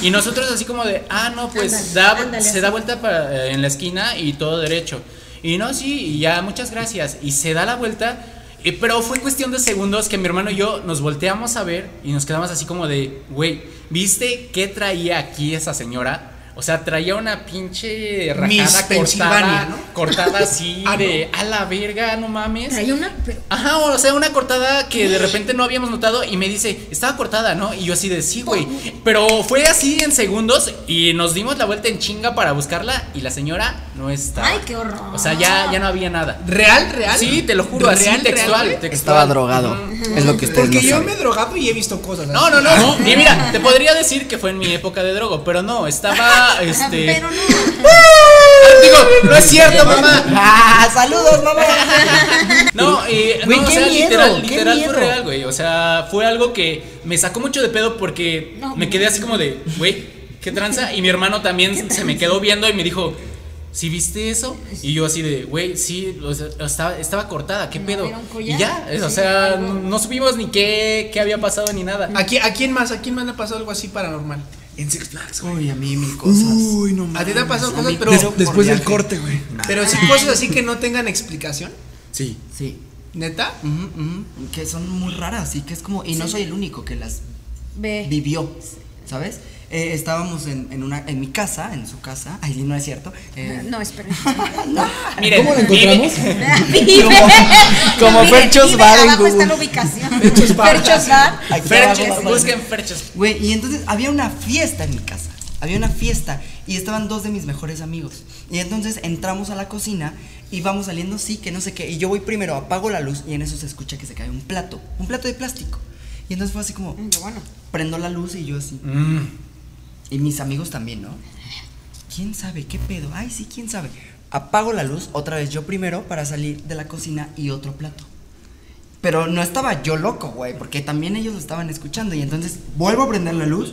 Speaker 5: Y nosotros así como de, ah, no, pues
Speaker 4: Ándale,
Speaker 5: da,
Speaker 4: ándale,
Speaker 5: se
Speaker 4: así.
Speaker 5: da vuelta para- eh, en la esquina y todo derecho. Y no, sí, y ya, muchas gracias. Y se da la vuelta. eh, pero fue cuestión de segundos que mi hermano y yo nos volteamos a ver y nos quedamos así como de, güey, ¿viste qué traía aquí esa señora? O sea, traía una pinche rajada
Speaker 1: Miss Pensilvania,
Speaker 5: cortada,
Speaker 1: ¿no?
Speaker 5: cortada así
Speaker 1: Ah, no.
Speaker 5: de a la verga, no mames.
Speaker 4: Traía una. pero-
Speaker 5: Ajá, o sea, una cortada que de repente no habíamos notado y me dice, estaba cortada, ¿no? Y yo así de, sí, güey. Pero fue así en segundos y nos dimos la vuelta en chinga para buscarla y la señora no estaba.
Speaker 4: Ay, qué horror.
Speaker 5: O sea, ya, ya no había nada.
Speaker 1: ¿Real, real?
Speaker 5: Sí, te lo juro, así
Speaker 1: ¿Real, real,
Speaker 5: textual,
Speaker 1: güey?
Speaker 5: textual.
Speaker 2: Estaba drogado. Es lo que ustedes
Speaker 1: Porque
Speaker 2: no
Speaker 1: yo
Speaker 2: saben.
Speaker 1: me he drogado y he visto cosas. así.
Speaker 5: No, no, no. Y mira, te podría decir que fue en mi época de drogo, pero no, estaba, este...
Speaker 4: Pero no.
Speaker 5: Ah, Digo, no es cierto, mamá.
Speaker 2: ¡Ah! ¡Saludos, mamá!
Speaker 5: No, eh,
Speaker 2: Güey,
Speaker 5: no, o
Speaker 2: qué
Speaker 5: sea,
Speaker 2: miedo,
Speaker 5: literal,
Speaker 2: qué
Speaker 5: literal fue
Speaker 2: miedo.
Speaker 5: real, güey. O sea, fue algo que me sacó mucho de pedo porque
Speaker 4: No.
Speaker 5: me quedé así como de, güey, qué tranza. Y mi hermano también se me quedó viendo y me dijo, ¿sí viste eso? Y yo así de, güey, sí, o sea, estaba, estaba cortada, qué
Speaker 4: No,
Speaker 5: pedo.
Speaker 4: era un
Speaker 5: Y
Speaker 4: collar.
Speaker 5: ya, es- o
Speaker 4: Sí,
Speaker 5: sea,
Speaker 4: algo.
Speaker 5: no supimos ni qué, qué había pasado ni nada.
Speaker 1: ¿A quién, ¿A quién más? ¿A quién más le ha pasado algo así paranormal?
Speaker 2: En Six Flags, güey, a mí mil cosas.
Speaker 3: no
Speaker 1: A ti te han pasado
Speaker 2: A
Speaker 1: cosas,
Speaker 2: mí-
Speaker 1: pero.
Speaker 3: Des- después del
Speaker 2: viaje.
Speaker 3: corte, güey.
Speaker 2: Ah.
Speaker 1: Pero sí cosas así que no tengan explicación.
Speaker 3: Sí.
Speaker 2: Sí.
Speaker 1: ¿Neta?
Speaker 2: Ujú, ujú, Que son muy raras y que es como. Y no soy el único que las
Speaker 4: Ve.
Speaker 2: vivió, ¿sabes? Eh, estábamos en, en una, en mi casa, en su casa. Ay, no es cierto. eh,
Speaker 4: No, espera.
Speaker 5: Ah, Miren,
Speaker 3: ¿Cómo la
Speaker 5: vive-
Speaker 3: encontramos?
Speaker 4: Vive.
Speaker 2: como
Speaker 4: Vive,
Speaker 2: Ferchos
Speaker 4: vive,
Speaker 2: Bar en
Speaker 4: abajo está
Speaker 2: Google.
Speaker 4: la ubicación.
Speaker 1: Ferchos Bar.
Speaker 4: Ferchos Bar.
Speaker 2: Aquí
Speaker 5: Ferchos,
Speaker 2: abajo, abajo.
Speaker 5: busquen Ferchos.
Speaker 2: Güey, y entonces había una fiesta en mi casa. Había una fiesta y estaban dos de mis mejores amigos. Y entonces entramos a la cocina y vamos saliendo, sí, que no sé qué. Y yo voy primero, apago la luz y en eso se escucha que se cae un plato, un plato de plástico. Y entonces fue así como,
Speaker 4: Mm, qué Bueno.
Speaker 2: prendo la luz y yo así.
Speaker 5: Mm.
Speaker 2: Y mis amigos también, ¿no? ¿Quién sabe qué pedo? Ay, sí, quién sabe. Apago la luz otra vez yo primero para salir de la cocina y otro plato. Pero no estaba yo loco, güey, porque también ellos lo estaban escuchando. Y entonces vuelvo a prender la luz.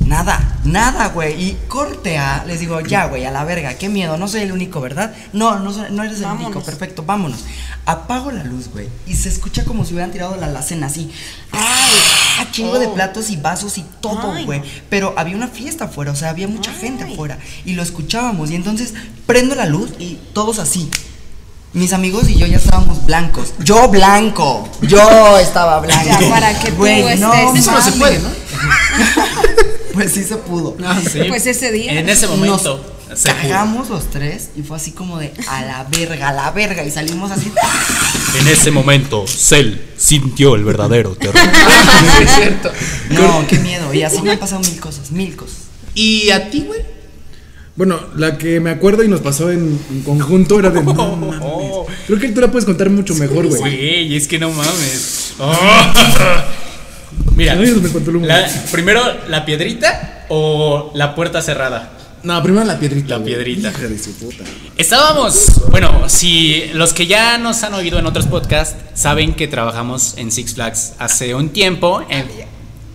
Speaker 2: Nada, nada, güey. Y corte a, les digo, ya, güey, a la verga, qué miedo, no soy el único, ¿verdad? No, no, soy- no eres el único,
Speaker 4: Vámonos.
Speaker 2: perfecto, vámonos. Apago la luz, güey, y se escucha como si hubieran tirado la alacena así. ¡Ah! Chingo de
Speaker 4: Oh.
Speaker 2: platos y vasos y todo,
Speaker 4: Ay,
Speaker 2: güey.
Speaker 4: no.
Speaker 2: Pero había una fiesta afuera, o sea, había mucha gente
Speaker 4: Ay.
Speaker 2: afuera. Y lo escuchábamos, y entonces prendo la luz y todos así. Mis amigos y yo ya estábamos blancos. Yo blanco. Yo estaba blanco.
Speaker 4: Ya, para que tú
Speaker 2: Güey, no
Speaker 4: estés-
Speaker 1: Eso no se
Speaker 2: mames.
Speaker 1: puede, ¿no?
Speaker 2: Pues sí se pudo.
Speaker 5: Sí.
Speaker 4: Pues ese día.
Speaker 5: En ese momento.
Speaker 2: Nos
Speaker 5: se pudo.
Speaker 2: cagamos los tres y fue así como de a la verga, a la verga. Y salimos así.
Speaker 6: En ese momento, Cell sintió el verdadero terror.
Speaker 1: Sí, es cierto.
Speaker 2: No, qué miedo. Y así me han pasado mil cosas, mil cosas.
Speaker 1: ¿Y a ti, güey?
Speaker 3: Bueno, la que me acuerdo y nos pasó en, en conjunto era de. no mames. Creo que tú la puedes contar mucho mejor, güey.
Speaker 5: Güey, es que no mames. Oh. Mira,
Speaker 3: Ay, me contó el humo.
Speaker 5: la- primero la piedrita o la puerta cerrada.
Speaker 3: No, primero la piedrita.
Speaker 5: La
Speaker 3: güey.
Speaker 5: piedrita.
Speaker 3: Hija de su puta.
Speaker 5: Estábamos, bueno, si los que ya nos han oído en otros podcasts saben que trabajamos en Six Flags hace un tiempo. en-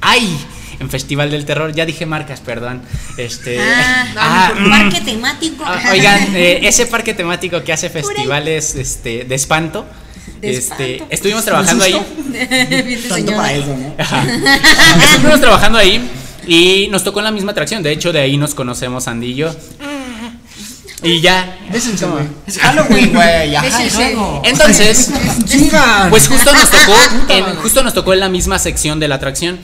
Speaker 5: ¡Ay! En Festival del Terror, ya dije marcas, perdón. Este.
Speaker 4: Ah,
Speaker 5: ah,
Speaker 4: parque temático.
Speaker 5: Ah, Oigan, eh, ese parque temático que hace festivales este, de espanto.
Speaker 4: De
Speaker 5: este,
Speaker 4: espanto.
Speaker 5: estuvimos trabajando ahí.
Speaker 4: Bien de
Speaker 2: Tanto
Speaker 4: señora.
Speaker 2: para eso, ¿no?
Speaker 5: Ajá. estuvimos trabajando ahí y nos tocó en la misma atracción. De hecho, de ahí nos conocemos Andy y yo. Y ya.
Speaker 2: Es Halloween, güey. Ajá,
Speaker 4: Sí,
Speaker 2: y
Speaker 4: sí, sí.
Speaker 2: luego.
Speaker 5: Entonces, pues justo nos tocó, en, justo nos tocó en la misma sección de la atracción.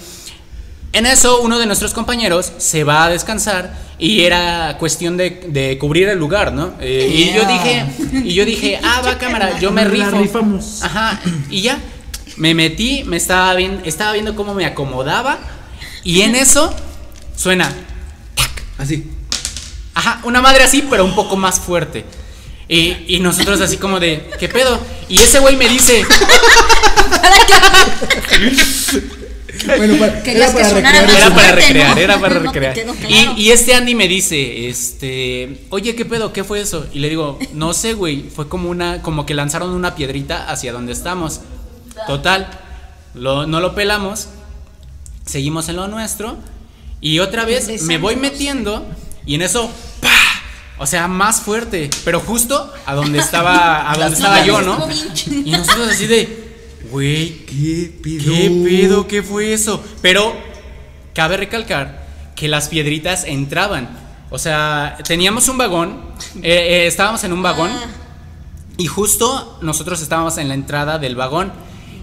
Speaker 5: En eso, uno de nuestros compañeros se va a descansar y era cuestión de, de cubrir el lugar, ¿no? Eh, Y yo
Speaker 2: Yeah.
Speaker 5: dije, y yo dije, ah, va cámara, yo me
Speaker 1: La
Speaker 5: rifo.
Speaker 1: rifamos.
Speaker 5: Ajá, y ya. Me metí, me estaba, bien, estaba viendo cómo me acomodaba y en eso suena
Speaker 3: Así.
Speaker 5: Ajá, una madre así, pero un poco más fuerte. Y, y nosotros así como de, ¿qué pedo? Y ese güey me dice,
Speaker 3: Bueno, para,
Speaker 4: Querías
Speaker 3: era
Speaker 4: que
Speaker 3: para
Speaker 4: sonara
Speaker 3: recrear
Speaker 4: más
Speaker 5: era
Speaker 3: eso.
Speaker 5: para
Speaker 4: fuerte,
Speaker 5: recrear,
Speaker 4: ¿no?
Speaker 5: era para
Speaker 4: No te
Speaker 5: recrear.
Speaker 4: quedó
Speaker 5: Y,
Speaker 4: claro.
Speaker 5: y este Andy me dice, este, oye, ¿qué pedo? ¿Qué fue eso? Y le digo, no sé, güey, fue como una, como que lanzaron una piedrita hacia donde estamos. Total, lo- no lo pelamos, seguimos en lo nuestro y otra vez me voy metiendo y en eso, ¡pa! O sea, más fuerte, pero justo a donde estaba, a donde estaba yo, ¿no?
Speaker 4: Estuvo bien chingón.
Speaker 5: Y nosotros así de, güey,
Speaker 3: ¿Qué pedo?
Speaker 5: ¿Qué pedo? ¿Qué fue eso? Pero cabe recalcar que las piedritas entraban. O sea, teníamos un vagón, eh, eh, estábamos en un vagón y justo nosotros estábamos en la entrada del vagón.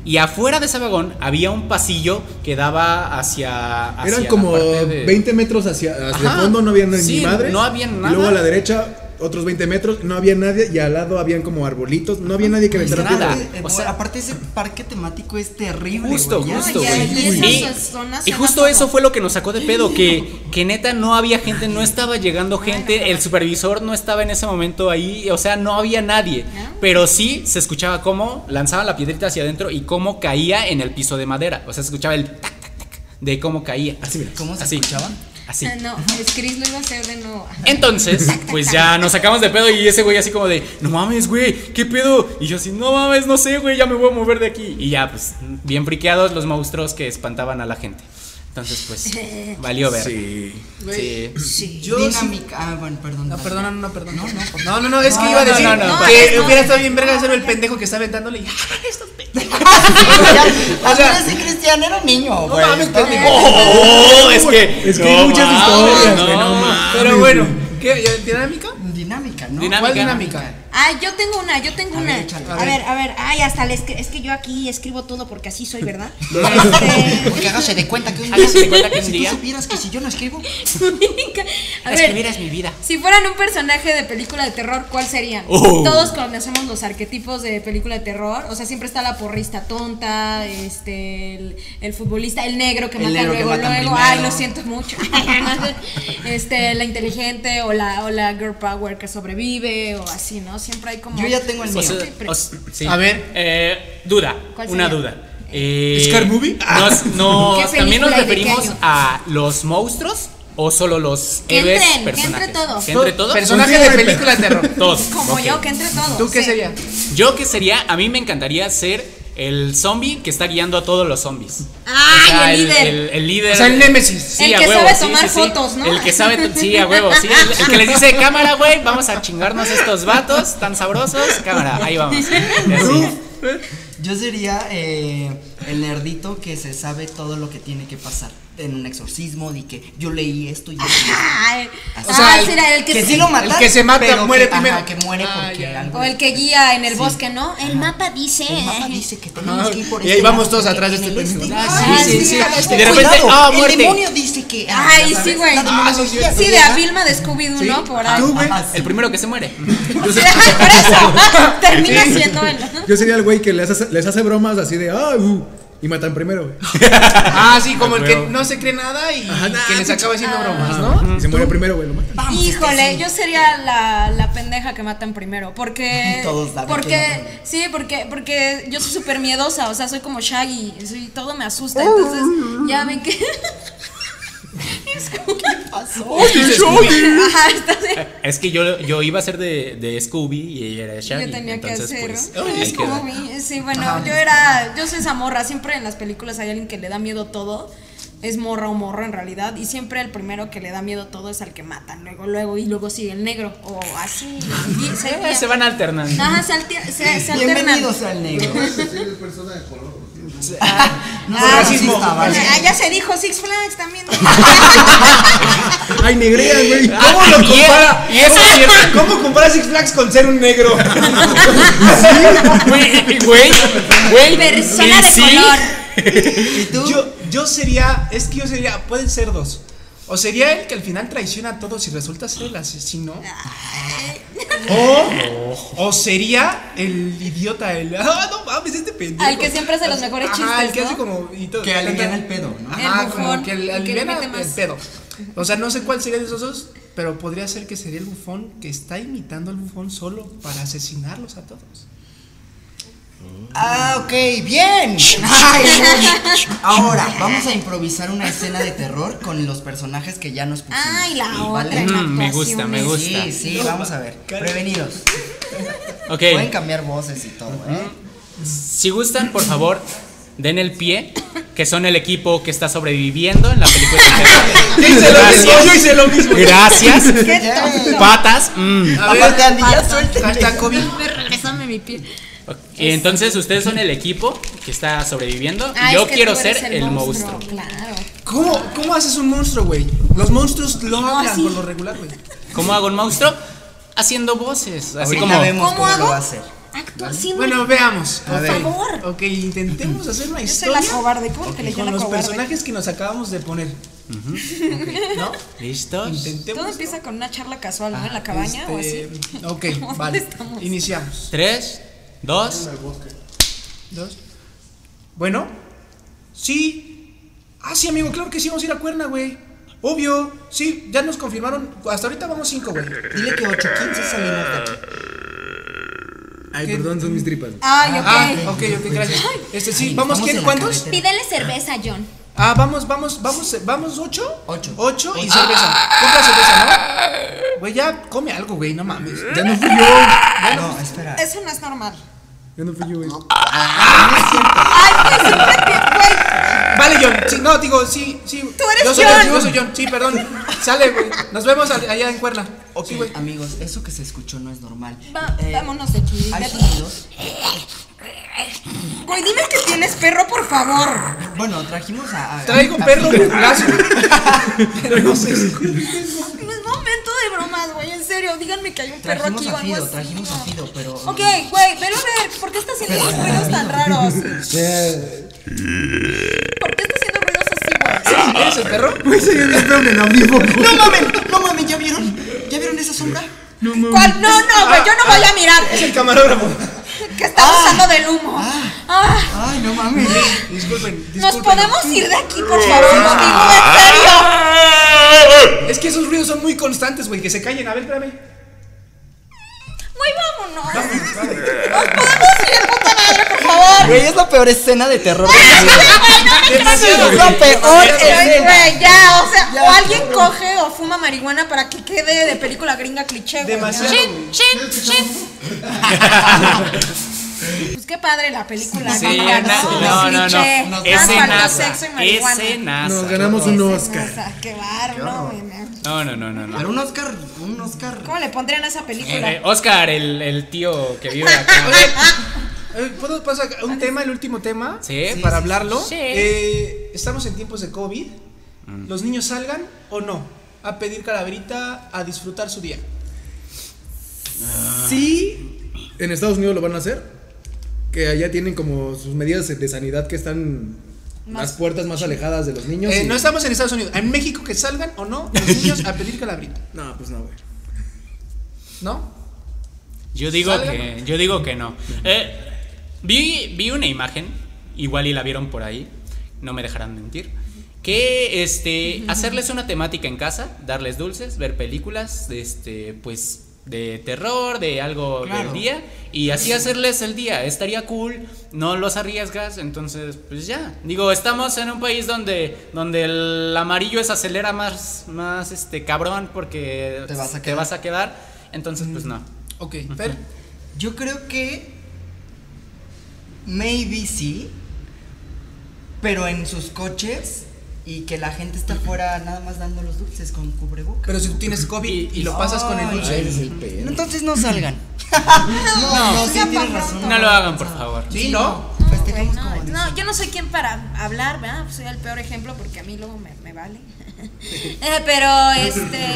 Speaker 5: Y afuera de ese vagón había un pasillo que daba hacia. hacia
Speaker 3: Eran
Speaker 5: la
Speaker 3: como
Speaker 5: parte de-
Speaker 3: 20 metros hacia, hacia
Speaker 5: Ajá.
Speaker 3: el fondo, no había ni
Speaker 5: Sí,
Speaker 3: madres.
Speaker 5: no había nada.
Speaker 3: Y luego a la derecha, otros 20 metros, no había nadie. Y al lado habían como arbolitos, no había nadie que aventara
Speaker 5: nada.
Speaker 3: piedras.
Speaker 2: Eh,
Speaker 5: O
Speaker 2: güey,
Speaker 5: sea-
Speaker 2: aparte ese parque temático es terrible.
Speaker 5: Justo,
Speaker 2: güey, ya.
Speaker 5: justo,
Speaker 4: ya,
Speaker 5: güey.
Speaker 4: y esas
Speaker 5: Y,
Speaker 4: zonas
Speaker 5: y
Speaker 4: se
Speaker 5: justo
Speaker 4: van
Speaker 5: eso
Speaker 4: como-
Speaker 5: fue lo que nos sacó de pedo, que, que neta no había gente, no estaba llegando gente, el supervisor no estaba en ese momento ahí, o sea, no había nadie. Pero sí se escuchaba cómo lanzaban la piedrita hacia adentro y cómo caía en el piso de madera. O sea, se escuchaba el tac, tac, tac de cómo caía. Así, mira.
Speaker 2: ¿Cómo se
Speaker 5: así,
Speaker 2: escuchaban?
Speaker 5: Así.
Speaker 4: Ah, No, es Chris lo iba a hacer de nuevo.
Speaker 5: Entonces, pues ya nos sacamos de pedo y ese güey así como de, no mames, güey, ¿qué pedo? Y yo así, no mames, no sé, güey, ya me voy a mover de aquí. Y ya, pues, bien friqueados los monstruos que espantaban a la gente. Entonces, pues, valió ver.
Speaker 3: Sí.
Speaker 1: Güey.
Speaker 5: Sí.
Speaker 4: Sí.
Speaker 1: Yo
Speaker 2: Dinámica. Ah, bueno, perdón.
Speaker 1: No,
Speaker 2: dale.
Speaker 1: perdona, no, no, perdona.
Speaker 2: No, no, por
Speaker 1: no, no, no, es que
Speaker 5: No,
Speaker 1: iba a
Speaker 5: no,
Speaker 1: decir
Speaker 5: no, no, no,
Speaker 1: que
Speaker 4: no,
Speaker 1: hubiera
Speaker 4: no,
Speaker 1: estado bien
Speaker 4: no,
Speaker 1: verga ser
Speaker 4: no,
Speaker 1: el
Speaker 4: ya.
Speaker 1: pendejo que está aventándole y "Ah, estos pendejos. sea-
Speaker 2: o sea, ese Cristian era un niño, güey.
Speaker 1: mames,
Speaker 2: Está
Speaker 1: pendejo.
Speaker 2: bien.
Speaker 5: ¡Oh! Es que.
Speaker 3: Es que hay muchas historias, güey, no
Speaker 5: mames.
Speaker 1: Pero bueno, ¿qué? ¿Ya- ¿Dinámica?
Speaker 2: Dinámica, ¿no?
Speaker 5: Dinámica.
Speaker 1: ¿Cuál dinámica?
Speaker 4: Ah, yo tengo una, yo tengo
Speaker 2: A ver,
Speaker 4: una.
Speaker 2: échale.
Speaker 4: a ver, a ver, ay, hasta les es que yo aquí escribo todo porque así soy, ¿verdad? Este,
Speaker 2: Porque hágase de cuenta que un día.
Speaker 5: Hágase de cuenta que un
Speaker 2: si
Speaker 5: día-
Speaker 2: tú supieras que si yo no escribo.
Speaker 4: a
Speaker 5: Escribir
Speaker 4: ver,
Speaker 5: es mi vida.
Speaker 4: si fueran un personaje de película de terror, ¿cuál serían?
Speaker 5: Oh.
Speaker 4: Todos conocemos los arquetipos de película de terror, o sea, siempre está la porrista tonta, este, el, el futbolista, el negro que
Speaker 2: El
Speaker 4: mata
Speaker 2: negro que
Speaker 4: luego,
Speaker 2: matan
Speaker 4: luego,
Speaker 2: primero.
Speaker 4: ay, lo siento mucho. este, la inteligente o la o la girl power que sobrevive o así, ¿no? Siempre hay como
Speaker 2: Yo ya tengo el
Speaker 5: O
Speaker 2: mío.
Speaker 5: sea,
Speaker 4: Siempre.
Speaker 5: o sea, sí.
Speaker 1: A ver.
Speaker 5: Eh, duda.
Speaker 4: ¿Cuál
Speaker 5: Una
Speaker 4: sería?
Speaker 5: duda. Eh,
Speaker 1: ¿Scar movie?
Speaker 3: Ah.
Speaker 5: Nos, nos-
Speaker 4: ¿Qué
Speaker 5: también nos
Speaker 4: película y de qué
Speaker 5: referimos
Speaker 4: año?
Speaker 5: a los monstruos o solo los
Speaker 4: Que
Speaker 5: héroes
Speaker 4: entren, que
Speaker 5: personajes.
Speaker 4: entre todo.
Speaker 5: ¿Que entre todos.
Speaker 1: Personaje de película de terror.
Speaker 5: Todos.
Speaker 4: como
Speaker 5: ok.
Speaker 4: yo que entre todos.
Speaker 1: ¿Tú qué
Speaker 4: sí.
Speaker 1: sería?
Speaker 5: Yo que sería, a mí me encantaría ser el zombie que está guiando a todos los zombies.
Speaker 4: Ay, el líder.
Speaker 5: El, el líder.
Speaker 1: O sea, el némesis.
Speaker 4: El
Speaker 5: a
Speaker 4: que
Speaker 5: huevo,
Speaker 4: sabe
Speaker 5: sí,
Speaker 4: tomar
Speaker 5: sí, sí.
Speaker 4: fotos, ¿no?
Speaker 5: El que sabe, to- sí, a huevo, sí. El, el que les dice, cámara, güey, vamos a chingarnos estos vatos tan sabrosos. Cámara, ahí vamos. Y así.
Speaker 2: Yo sería eh, el nerdito que se sabe todo lo que tiene que pasar en un exorcismo. Y que yo leí esto y yo.
Speaker 4: Ay,
Speaker 1: O sea,
Speaker 4: ay,
Speaker 1: el-
Speaker 4: será el que,
Speaker 2: Ah, que
Speaker 4: se-
Speaker 2: sí lo matan.
Speaker 1: el que se mata
Speaker 2: pero
Speaker 1: muere
Speaker 2: que, ajá,
Speaker 1: primero.
Speaker 2: que muere
Speaker 1: Ah,
Speaker 2: porque
Speaker 1: ya.
Speaker 2: algo.
Speaker 4: o el que guía en el
Speaker 2: Sí.
Speaker 4: bosque, ¿no? El mapa dice. eh,
Speaker 2: El mapa dice que tenemos
Speaker 1: Ajá.
Speaker 2: que ir por
Speaker 1: Y ahí
Speaker 2: este
Speaker 1: vamos
Speaker 2: lado,
Speaker 1: todos
Speaker 2: porque
Speaker 1: atrás de
Speaker 2: en
Speaker 1: este
Speaker 2: el
Speaker 1: pendejo.
Speaker 4: Ah, sí, sí, sí.
Speaker 5: Y de repente,
Speaker 2: cuidado,
Speaker 5: ah, muerte.
Speaker 2: El demonio dice que. ah,
Speaker 4: Ay,
Speaker 2: ya
Speaker 4: sí,
Speaker 2: sabes,
Speaker 4: güey.
Speaker 2: la demonología se
Speaker 4: Sí, de
Speaker 2: lleva.
Speaker 4: a Vilma de Scooby-Doo, ¿no? Por ahí.
Speaker 3: Tú, güey.
Speaker 2: Ajá, sí.
Speaker 5: El primero que se muere.
Speaker 4: Por eso, termina siendo él.
Speaker 3: Yo sería el güey que les hace, les hace bromas así de. ah, uh", y matan primero, güey.
Speaker 1: Ah, sí, como
Speaker 5: A
Speaker 1: el que
Speaker 5: huevo.
Speaker 1: no se cree nada y
Speaker 3: Ajá, nah,
Speaker 1: que les
Speaker 3: pinche-
Speaker 1: acaba haciendo bromas, ¿no?
Speaker 3: Y se murió primero, güey, lo matan.
Speaker 2: Vamos, este
Speaker 4: Híjole,
Speaker 2: sí.
Speaker 4: yo sería la, la pendeja que matan primero, porque
Speaker 2: Todos saben que matan.
Speaker 4: porque sí, porque porque yo soy súper miedosa, o sea, soy como Shaggy, soy, todo me asusta,
Speaker 2: Uh.
Speaker 4: entonces ya me que es como
Speaker 5: Dices, "Uy".
Speaker 4: Ajá, está bien.
Speaker 5: Es que yo, yo iba a ser de, de Scooby y ella era Shaggy.
Speaker 4: Yo tenía que
Speaker 5: entonces,
Speaker 4: hacer.
Speaker 5: pues,
Speaker 4: Ay,
Speaker 5: ahí
Speaker 4: es
Speaker 5: queda.
Speaker 4: como mi- Sí, bueno, yo era. Yo soy esa morra. Siempre en las películas hay alguien que le da miedo todo. es morra o morro en realidad. Y siempre el primero que le da miedo todo es al que matan. Luego, luego, y luego sigue el negro. O así. y se-
Speaker 5: Eh, se van alternando.
Speaker 4: Ajá, se, alter- se- se alternan.
Speaker 2: Bienvenidos al negro. No
Speaker 4: Ah,
Speaker 2: racismo.
Speaker 4: Ah, ya se dijo Six Flags también.
Speaker 3: Ay, negreas, güey.
Speaker 5: ¿Cómo lo compara? Ah, Y eso es cierto.
Speaker 1: ¿Cómo comparar Six Flags con ser un negro?
Speaker 5: Güey, güey, güey.
Speaker 4: Persona
Speaker 5: y
Speaker 4: de
Speaker 5: sí,
Speaker 4: color.
Speaker 2: ¿Y tú?
Speaker 1: Yo, yo sería, es que yo sería, pueden ser dos. O sería el que al final traiciona a todos y resulta ser el asesino. O, o sería el idiota, el. ¡Ah, no mames, este pendejo!
Speaker 4: Al que siempre hace los mejores
Speaker 1: Ajá,
Speaker 4: chistes,
Speaker 1: el que
Speaker 4: ¿no?
Speaker 1: hace como. y todo.
Speaker 2: que aliviana el pedo, ¿no?
Speaker 4: El
Speaker 1: Ajá, como
Speaker 4: bufón,
Speaker 1: que el,
Speaker 4: el que le
Speaker 1: aliviana
Speaker 4: mete
Speaker 1: el
Speaker 4: más.
Speaker 1: pedo. O sea, no sé cuál sería de esos dos, pero podría ser que sería el bufón que está imitando al bufón solo para asesinarlos a todos.
Speaker 2: Ah, ok, bien. Ay, no. Ahora, vamos a improvisar una escena de terror con los personajes que ya nos pusimos.
Speaker 4: Ay, la
Speaker 2: ¿Vale?
Speaker 4: otra. en
Speaker 5: Mm, me gusta, me
Speaker 4: actuaciones.
Speaker 5: gusta.
Speaker 2: Sí, sí, vamos a ver. Prevenidos.
Speaker 5: Ok.
Speaker 2: Pueden cambiar voces y todo, ¿eh?
Speaker 5: Si gustan, por favor, den el pie, que son el equipo que está sobreviviendo en la película. de terror. Gracias.
Speaker 1: hice lo mismo.
Speaker 5: Gracias.
Speaker 4: Qué tonto.
Speaker 5: Patas. mm.
Speaker 1: A ver,
Speaker 2: Aparte, Andy, ya
Speaker 4: falta-
Speaker 1: Hashtag
Speaker 2: suéltenle.
Speaker 1: COVID.
Speaker 4: Me regresame mi pie.
Speaker 5: Ok, Entonces ustedes son el equipo que está sobreviviendo.
Speaker 4: Ah,
Speaker 5: y yo
Speaker 4: es que
Speaker 5: quiero
Speaker 4: tú eres
Speaker 5: ser el monstruo.
Speaker 4: Claro.
Speaker 1: ¿Cómo, ¿Cómo haces un monstruo, güey? Los monstruos lo hablan
Speaker 4: así.
Speaker 1: por lo regular, güey.
Speaker 5: ¿Cómo hago un monstruo? Haciendo voces. Así
Speaker 2: Ahorita
Speaker 5: como.
Speaker 2: vemos
Speaker 4: ¿Cómo
Speaker 2: cómo,
Speaker 4: hago?
Speaker 2: lo va a hacer.
Speaker 4: Actúa así,
Speaker 1: Bueno, veamos.
Speaker 2: A
Speaker 4: por
Speaker 2: ver.
Speaker 4: favor.
Speaker 1: Ok, intentemos hacer una
Speaker 4: Yo soy la
Speaker 1: historia
Speaker 4: cobarde. ¿Cómo que le dio
Speaker 1: con
Speaker 4: la
Speaker 1: los
Speaker 4: cobarde?
Speaker 1: personajes que nos acabamos de poner. ¿No?
Speaker 5: ¿Listos?
Speaker 4: Todo
Speaker 1: Intentemos.
Speaker 4: empieza con una charla casual, ¿no? En la cabaña o así.
Speaker 1: Ah, Este, Ok,
Speaker 4: ¿Dónde
Speaker 1: vale.
Speaker 4: estamos?
Speaker 1: Iniciamos.
Speaker 5: Tres, dos.
Speaker 1: Dos. Bueno, sí. Ah, sí, amigo, claro que sí, vamos a ir a Cuerna, güey. Obvio, sí, ya nos confirmaron. Hasta ahorita vamos cinco, güey.
Speaker 2: Dile que 8.15 salimos de aquí.
Speaker 3: Ay, perdón, son mis tripas.
Speaker 4: Ay, ok.
Speaker 1: Ah, ok, ok, gracias. Este sí,
Speaker 2: Ay,
Speaker 1: vamos, ¿quién?
Speaker 2: estamos en la
Speaker 1: ¿Cuántos?
Speaker 2: carretera.
Speaker 4: Pídele cerveza, John.
Speaker 1: Ah, vamos, vamos, vamos, vamos, ocho. Ah.
Speaker 2: Ocho.
Speaker 1: Ocho y cerveza. Compra cerveza, ¿no? Güey, ya come algo, güey, no mames.
Speaker 3: Ya no fui yo.
Speaker 2: No, espera.
Speaker 4: Eso no es normal.
Speaker 3: Ya no fui yo, güey.
Speaker 4: Ay, güey, siempre pi- güey.
Speaker 1: Vale, John, sí, no, digo, sí, sí.
Speaker 4: Tú eres
Speaker 1: yo soy
Speaker 4: John.
Speaker 1: Yo soy John, sí, perdón. Sale, güey. Nos vemos al- allá en Cuerna.
Speaker 2: Ok,
Speaker 1: Sí, güey.
Speaker 2: amigos, eso que se escuchó no es normal.
Speaker 4: Va-
Speaker 2: Eh,
Speaker 4: vámonos de aquí.
Speaker 2: Hay
Speaker 4: Vete.
Speaker 2: sonidos.
Speaker 4: Güey, dime que tienes perro, por favor.
Speaker 2: Bueno, trajimos a. a-
Speaker 1: Traigo
Speaker 2: a-
Speaker 1: perro burlazo. Pero no sé si-
Speaker 4: No es momento de bromas, güey. En serio, díganme que hay un perro
Speaker 2: Trajimos
Speaker 4: aquí
Speaker 2: a
Speaker 4: o algo
Speaker 2: Fido,
Speaker 4: así.
Speaker 2: trajimos a Fido, pero.
Speaker 4: Ok, güey, pero a ver, ¿por qué está haciendo esos ruidos tan raros? ¿Por qué está haciendo ruidos así, güey?
Speaker 1: ¿Eres el perro?
Speaker 3: Güey, se me entró en el audífono.
Speaker 2: ¡No mames! ¡No mames! ¿Ya vieron? ¿Ya vieron esa sombra?
Speaker 4: ¿Cuál? No, no, güey, yo no voy a mirar.
Speaker 1: Es el camarógrafo.
Speaker 4: Que está usando del humo. Ah,
Speaker 2: ¡Ay, no mames!
Speaker 1: Disculpen,
Speaker 4: ¿Nos
Speaker 1: disculpen.
Speaker 4: podemos ir de aquí, por favor, conmigo? ¿En serio?
Speaker 1: Es que esos ruidos son muy constantes, güey. Que se callen. A ver, espérame.
Speaker 4: Güey, vámonos. ¿Nos podemos ir de puta madre, por favor?
Speaker 2: Güey, es la peor escena de terror.
Speaker 1: Demasiado,
Speaker 2: Es la peor
Speaker 4: Ay,
Speaker 2: escena.
Speaker 4: güey, ya, o sea, o alguien coge o fuma marihuana para que quede de película gringa cliché, güey.
Speaker 1: Demasiado.
Speaker 4: Chin, chin, chin. Pues qué padre la película.
Speaker 5: Sí,
Speaker 4: gringa,
Speaker 5: na-
Speaker 4: ¿no?
Speaker 5: no, no,
Speaker 4: Cliché.
Speaker 5: no.
Speaker 4: Ah, faltó
Speaker 5: Escenaza.
Speaker 4: sexo y marihuana.
Speaker 5: Escenaza.
Speaker 3: Nos ganamos un Oscar.
Speaker 4: Escenaza, Qué bárbaro, no, güey, me-
Speaker 5: No, no, no, no. no.
Speaker 2: Pero un Oscar, un Oscar.
Speaker 4: ¿Cómo le pondrían a esa película?
Speaker 5: Eh, eh, Oscar, el, el tío que vive acá.
Speaker 1: Eh, ¿Puedo pasar a un tema, el último tema?
Speaker 5: Sí. Sí,
Speaker 1: Para
Speaker 5: sí,
Speaker 1: hablarlo.
Speaker 5: Ah, sí.
Speaker 1: Eh, estamos en tiempos de COVID. ¿Los niños salgan o no? A pedir calaverita, a disfrutar su día.
Speaker 5: Ah.
Speaker 3: Sí, en Estados Unidos lo van a hacer. Que allá tienen como sus medidas de sanidad que están las puertas más alejadas de los niños.
Speaker 1: Eh,
Speaker 3: y-
Speaker 1: no estamos en Estados Unidos. En México que salgan o no los niños a pedir calaverita.
Speaker 3: No, pues no, güey.
Speaker 1: ¿No?
Speaker 5: Yo digo
Speaker 1: Salga,
Speaker 5: que, yo digo que no. Eh, vi, vi una imagen, igual y la vieron por ahí, no me dejarán mentir, que este, hacerles una temática en casa, darles dulces, ver películas, este, pues de terror, de algo
Speaker 2: Claro.
Speaker 5: del día, y así hacerles el día, estaría cool, no los arriesgas, entonces pues ya, digo, estamos en un país donde, donde el amarillo es acelera más, más este cabrón porque
Speaker 2: Te vas a quedar.
Speaker 5: quedar, entonces pues no.
Speaker 1: Ok, Fer.
Speaker 2: Yo creo que. Maybe sí. Pero en sus coches y que la gente está afuera nada más dando los dulces con cubrebocas.
Speaker 1: Pero si tú tienes COVID y, lo pasas con el dulce.
Speaker 2: Ay, Entonces no salgan. no, no, sí
Speaker 4: Ya
Speaker 2: tienes
Speaker 4: pa'
Speaker 2: razón.
Speaker 4: pronto.
Speaker 5: No lo hagan, por favor.
Speaker 1: Sí, ¿no?
Speaker 3: Pues
Speaker 4: No, güey,
Speaker 2: Festejemos
Speaker 4: no,
Speaker 2: como
Speaker 4: no, yo no soy quien para hablar, ¿verdad? Soy el peor ejemplo porque a mí luego me, me vale. Eh, pero este.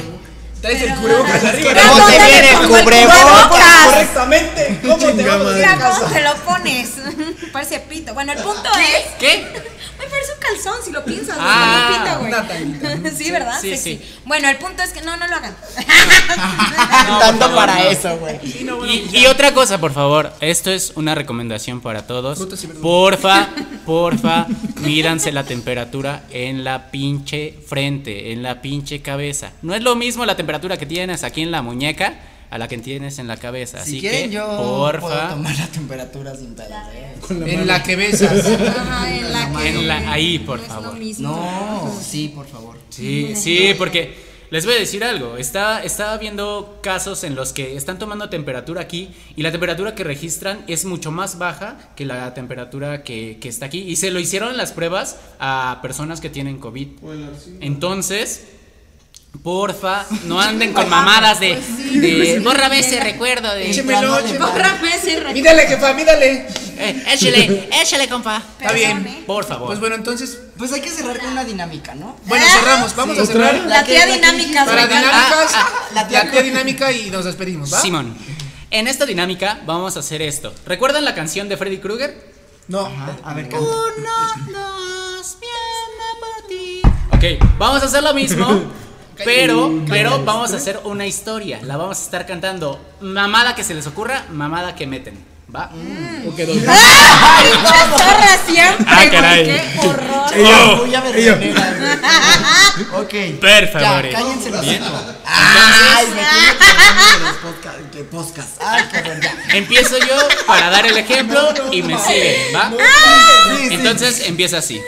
Speaker 1: Traes el
Speaker 4: pero-
Speaker 1: cubrebocas arriba,
Speaker 4: Mira
Speaker 1: ¿no?
Speaker 4: cómo
Speaker 1: Te
Speaker 4: te
Speaker 1: viene
Speaker 4: pongo el cubrebocas.
Speaker 1: Correctamente. ¿Cómo te
Speaker 3: Chinga
Speaker 1: vamos a
Speaker 3: madre.
Speaker 1: decir?
Speaker 4: Mira cómo te lo pones. Parece pito. Bueno, el punto es.
Speaker 5: ¿Qué?
Speaker 4: Me parece un calzón si lo piensas.
Speaker 5: Ah,
Speaker 4: es una
Speaker 1: una
Speaker 4: lupita, güey.
Speaker 1: tanguita.
Speaker 4: sí, ¿verdad?
Speaker 5: Sí,
Speaker 4: Sexy.
Speaker 5: sí.
Speaker 4: Bueno, el punto es que no, no lo hagan.
Speaker 5: No,
Speaker 2: Tanto
Speaker 5: por favor,
Speaker 2: para
Speaker 5: no.
Speaker 2: eso, güey.
Speaker 1: Sí, no, bueno,
Speaker 5: Y,
Speaker 1: ya.
Speaker 5: y otra cosa, por favor, esto es una recomendación para todos.
Speaker 1: Frutas y verduras.
Speaker 5: Porfa, porfa, mídanse la temperatura en la pinche frente, en la pinche cabeza. No es lo mismo la temperatura que tienes aquí en la muñeca a la que tienes en la cabeza.
Speaker 2: Si
Speaker 5: Así
Speaker 2: quieren
Speaker 5: que,
Speaker 2: yo puedo
Speaker 5: porfa,
Speaker 2: tomar la temperatura sin pedos, ¿eh?
Speaker 1: En la que besas. Ah,
Speaker 4: Ajá, en la que-
Speaker 5: en la- ahí, por
Speaker 4: no es lo
Speaker 5: favor.
Speaker 4: mismo.
Speaker 2: No, sí, por favor.
Speaker 5: Sí, sí, porque les voy a decir algo. Está, estaba viendo casos en los que están tomando temperatura aquí y la temperatura que registran es mucho más baja que la temperatura que, que está aquí. Y se lo hicieron las pruebas a personas que tienen COVID. Entonces, porfa, no anden con mamadas
Speaker 1: Pues
Speaker 5: de, de bórrame ese recuerdo de...
Speaker 1: Échemelo,
Speaker 2: Entrando de
Speaker 1: échemelo.
Speaker 4: Bórrame ese recuerdo.
Speaker 1: Mídale, jefa, mídale.
Speaker 5: Eh, échale, échale, compa.
Speaker 1: Está
Speaker 4: Perdón,
Speaker 1: bien.
Speaker 4: ¿eh?
Speaker 5: Por favor.
Speaker 1: Pues bueno, entonces.
Speaker 2: Pues hay que cerrar con una dinámica, ¿no?
Speaker 1: Bueno, cerramos. Vamos a
Speaker 3: ¿Otra?
Speaker 1: cerrar.
Speaker 4: La tía
Speaker 2: que- la que-
Speaker 4: dinámica.
Speaker 1: Para
Speaker 4: güey.
Speaker 1: dinámicas.
Speaker 2: ah,
Speaker 1: La
Speaker 2: la
Speaker 1: tía,
Speaker 2: tía-
Speaker 1: dinámica y nos despedimos, ¿va?
Speaker 5: Simón, en esta dinámica vamos a hacer esto. ¿Recuerdan la canción de Freddy Krueger?
Speaker 1: No.
Speaker 2: A ver, canta.
Speaker 5: Ok, vamos a hacer lo mismo. Pero, pero vamos a hacer una historia. La vamos a estar cantando. Mamada que se les ocurra, mamada que meten. ¿Va?
Speaker 3: Ok, dos.
Speaker 4: ¡Ah! Pinche zorra siempre,
Speaker 5: Ah,
Speaker 4: güey,
Speaker 5: caray.
Speaker 4: ¡Qué horror!
Speaker 2: Ella,
Speaker 6: Oh.
Speaker 2: puya
Speaker 3: Ella.
Speaker 2: vergonera, güey. Ok.
Speaker 5: Per
Speaker 2: Ya,
Speaker 5: favore.
Speaker 2: cállense los Eh, Ay, me tiene que los podcast, que podcast. Ay, qué verdad.
Speaker 5: Empiezo yo para dar el ejemplo y me siguen, ¿va?
Speaker 2: Sí, sí.
Speaker 5: Entonces empieza así.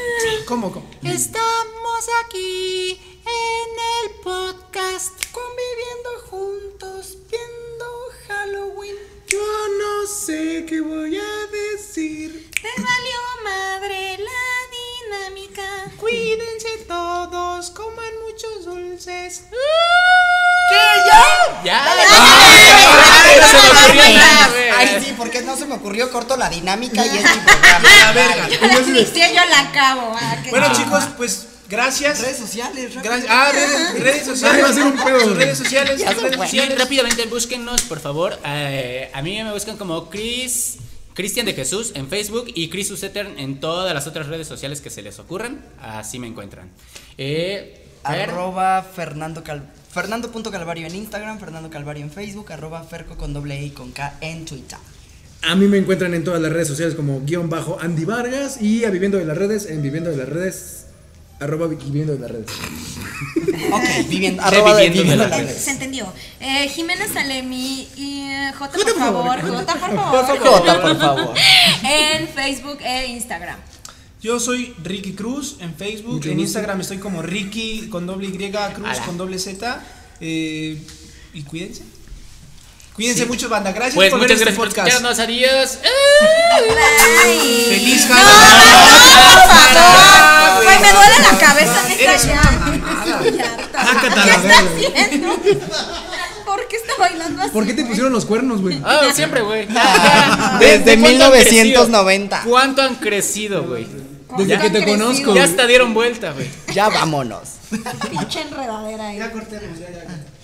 Speaker 1: ¿Cómo, cómo?
Speaker 5: Estamos aquí en el podcast conviviendo juntos, viendo Halloween.
Speaker 3: Yo no sé qué voy a decir.
Speaker 4: Te valió madre la dinámica.
Speaker 1: Cuídense todos, coman muchos dulces.
Speaker 5: Ya.
Speaker 2: Ay,
Speaker 5: Se me ocurrió
Speaker 2: ay,
Speaker 5: nada,
Speaker 2: ay,
Speaker 5: güey.
Speaker 2: Ay, sí, porque no se me ocurrió corto la dinámica y es mi programa.
Speaker 1: verga.
Speaker 4: Yo la inicié, yo la acabo. ah, que-
Speaker 1: Bueno,
Speaker 5: Ah.
Speaker 1: chicos, pues gracias.
Speaker 2: Redes sociales, rápido.
Speaker 1: Gracias. Ah, redes, redes sociales.
Speaker 3: Ay, va a ser un pedo.
Speaker 1: Sus redes sociales.
Speaker 2: Ya
Speaker 1: sus
Speaker 2: se
Speaker 1: redes
Speaker 2: fue.
Speaker 5: Sí,
Speaker 1: sociales.
Speaker 5: rápidamente búsquennos, por favor. Eh, a mí me buscan como Chris. Cristian de Jesús en Facebook y Chris Usetern en todas las otras redes sociales que se les ocurran. Así me encuentran. Eh, Fer,
Speaker 2: Arroba Fernando Cal Fernando.calvario en Instagram, Fernando Calvario en Facebook, arroba Ferco con doble E y con K en Twitter.
Speaker 3: A mí me encuentran en todas las redes sociales como guión bajo Andy Vargas y a Viviendo de las Redes en Viviendo de las Redes. Arroba Viviendo de las Redes.
Speaker 2: Ok, viviendo, arroba de
Speaker 5: Viviendo
Speaker 2: viviendo
Speaker 5: de la
Speaker 2: la
Speaker 4: Eh,
Speaker 2: red.
Speaker 4: Se entendió. Eh, Jimena Salemi y eh, J, por favor. J, por favor.
Speaker 2: Jota, por favor.
Speaker 4: En Facebook e Instagram.
Speaker 1: Yo soy Ricky Cruz en Facebook, en Instagram estoy como Ricky con doble Y, Cruz
Speaker 5: Ala.
Speaker 1: con doble Z. eh, y cuídense. Cuídense mucho, banda. Gracias
Speaker 5: Pues
Speaker 1: por
Speaker 5: muchas
Speaker 1: ver
Speaker 5: gracias por
Speaker 1: este podcast.
Speaker 5: escucharnos. Adiós.
Speaker 4: Bye.
Speaker 1: Feliz
Speaker 4: No,
Speaker 1: Halloween.
Speaker 4: no, por favor. Güey, me duele la cabeza neta
Speaker 1: Eres
Speaker 4: ya.
Speaker 1: una mamada.
Speaker 4: Ya está. ¿Qué está haciendo? ¿Por qué está bailando así?
Speaker 3: ¿Por qué te pusieron los cuernos, güey?
Speaker 5: Ah, siempre, güey.
Speaker 2: Desde
Speaker 5: ¿Cuánto han crecido?
Speaker 2: 1990.
Speaker 5: ¿Cuánto han crecido, güey?
Speaker 4: ¿Cómo
Speaker 3: Desde
Speaker 4: han
Speaker 3: que te
Speaker 4: crecido?
Speaker 3: conozco.
Speaker 5: Ya hasta dieron vuelta, güey.
Speaker 2: Ya vámonos.
Speaker 4: Pinche enredadera eh. ahí.
Speaker 1: Ya cortemos, ya, ya.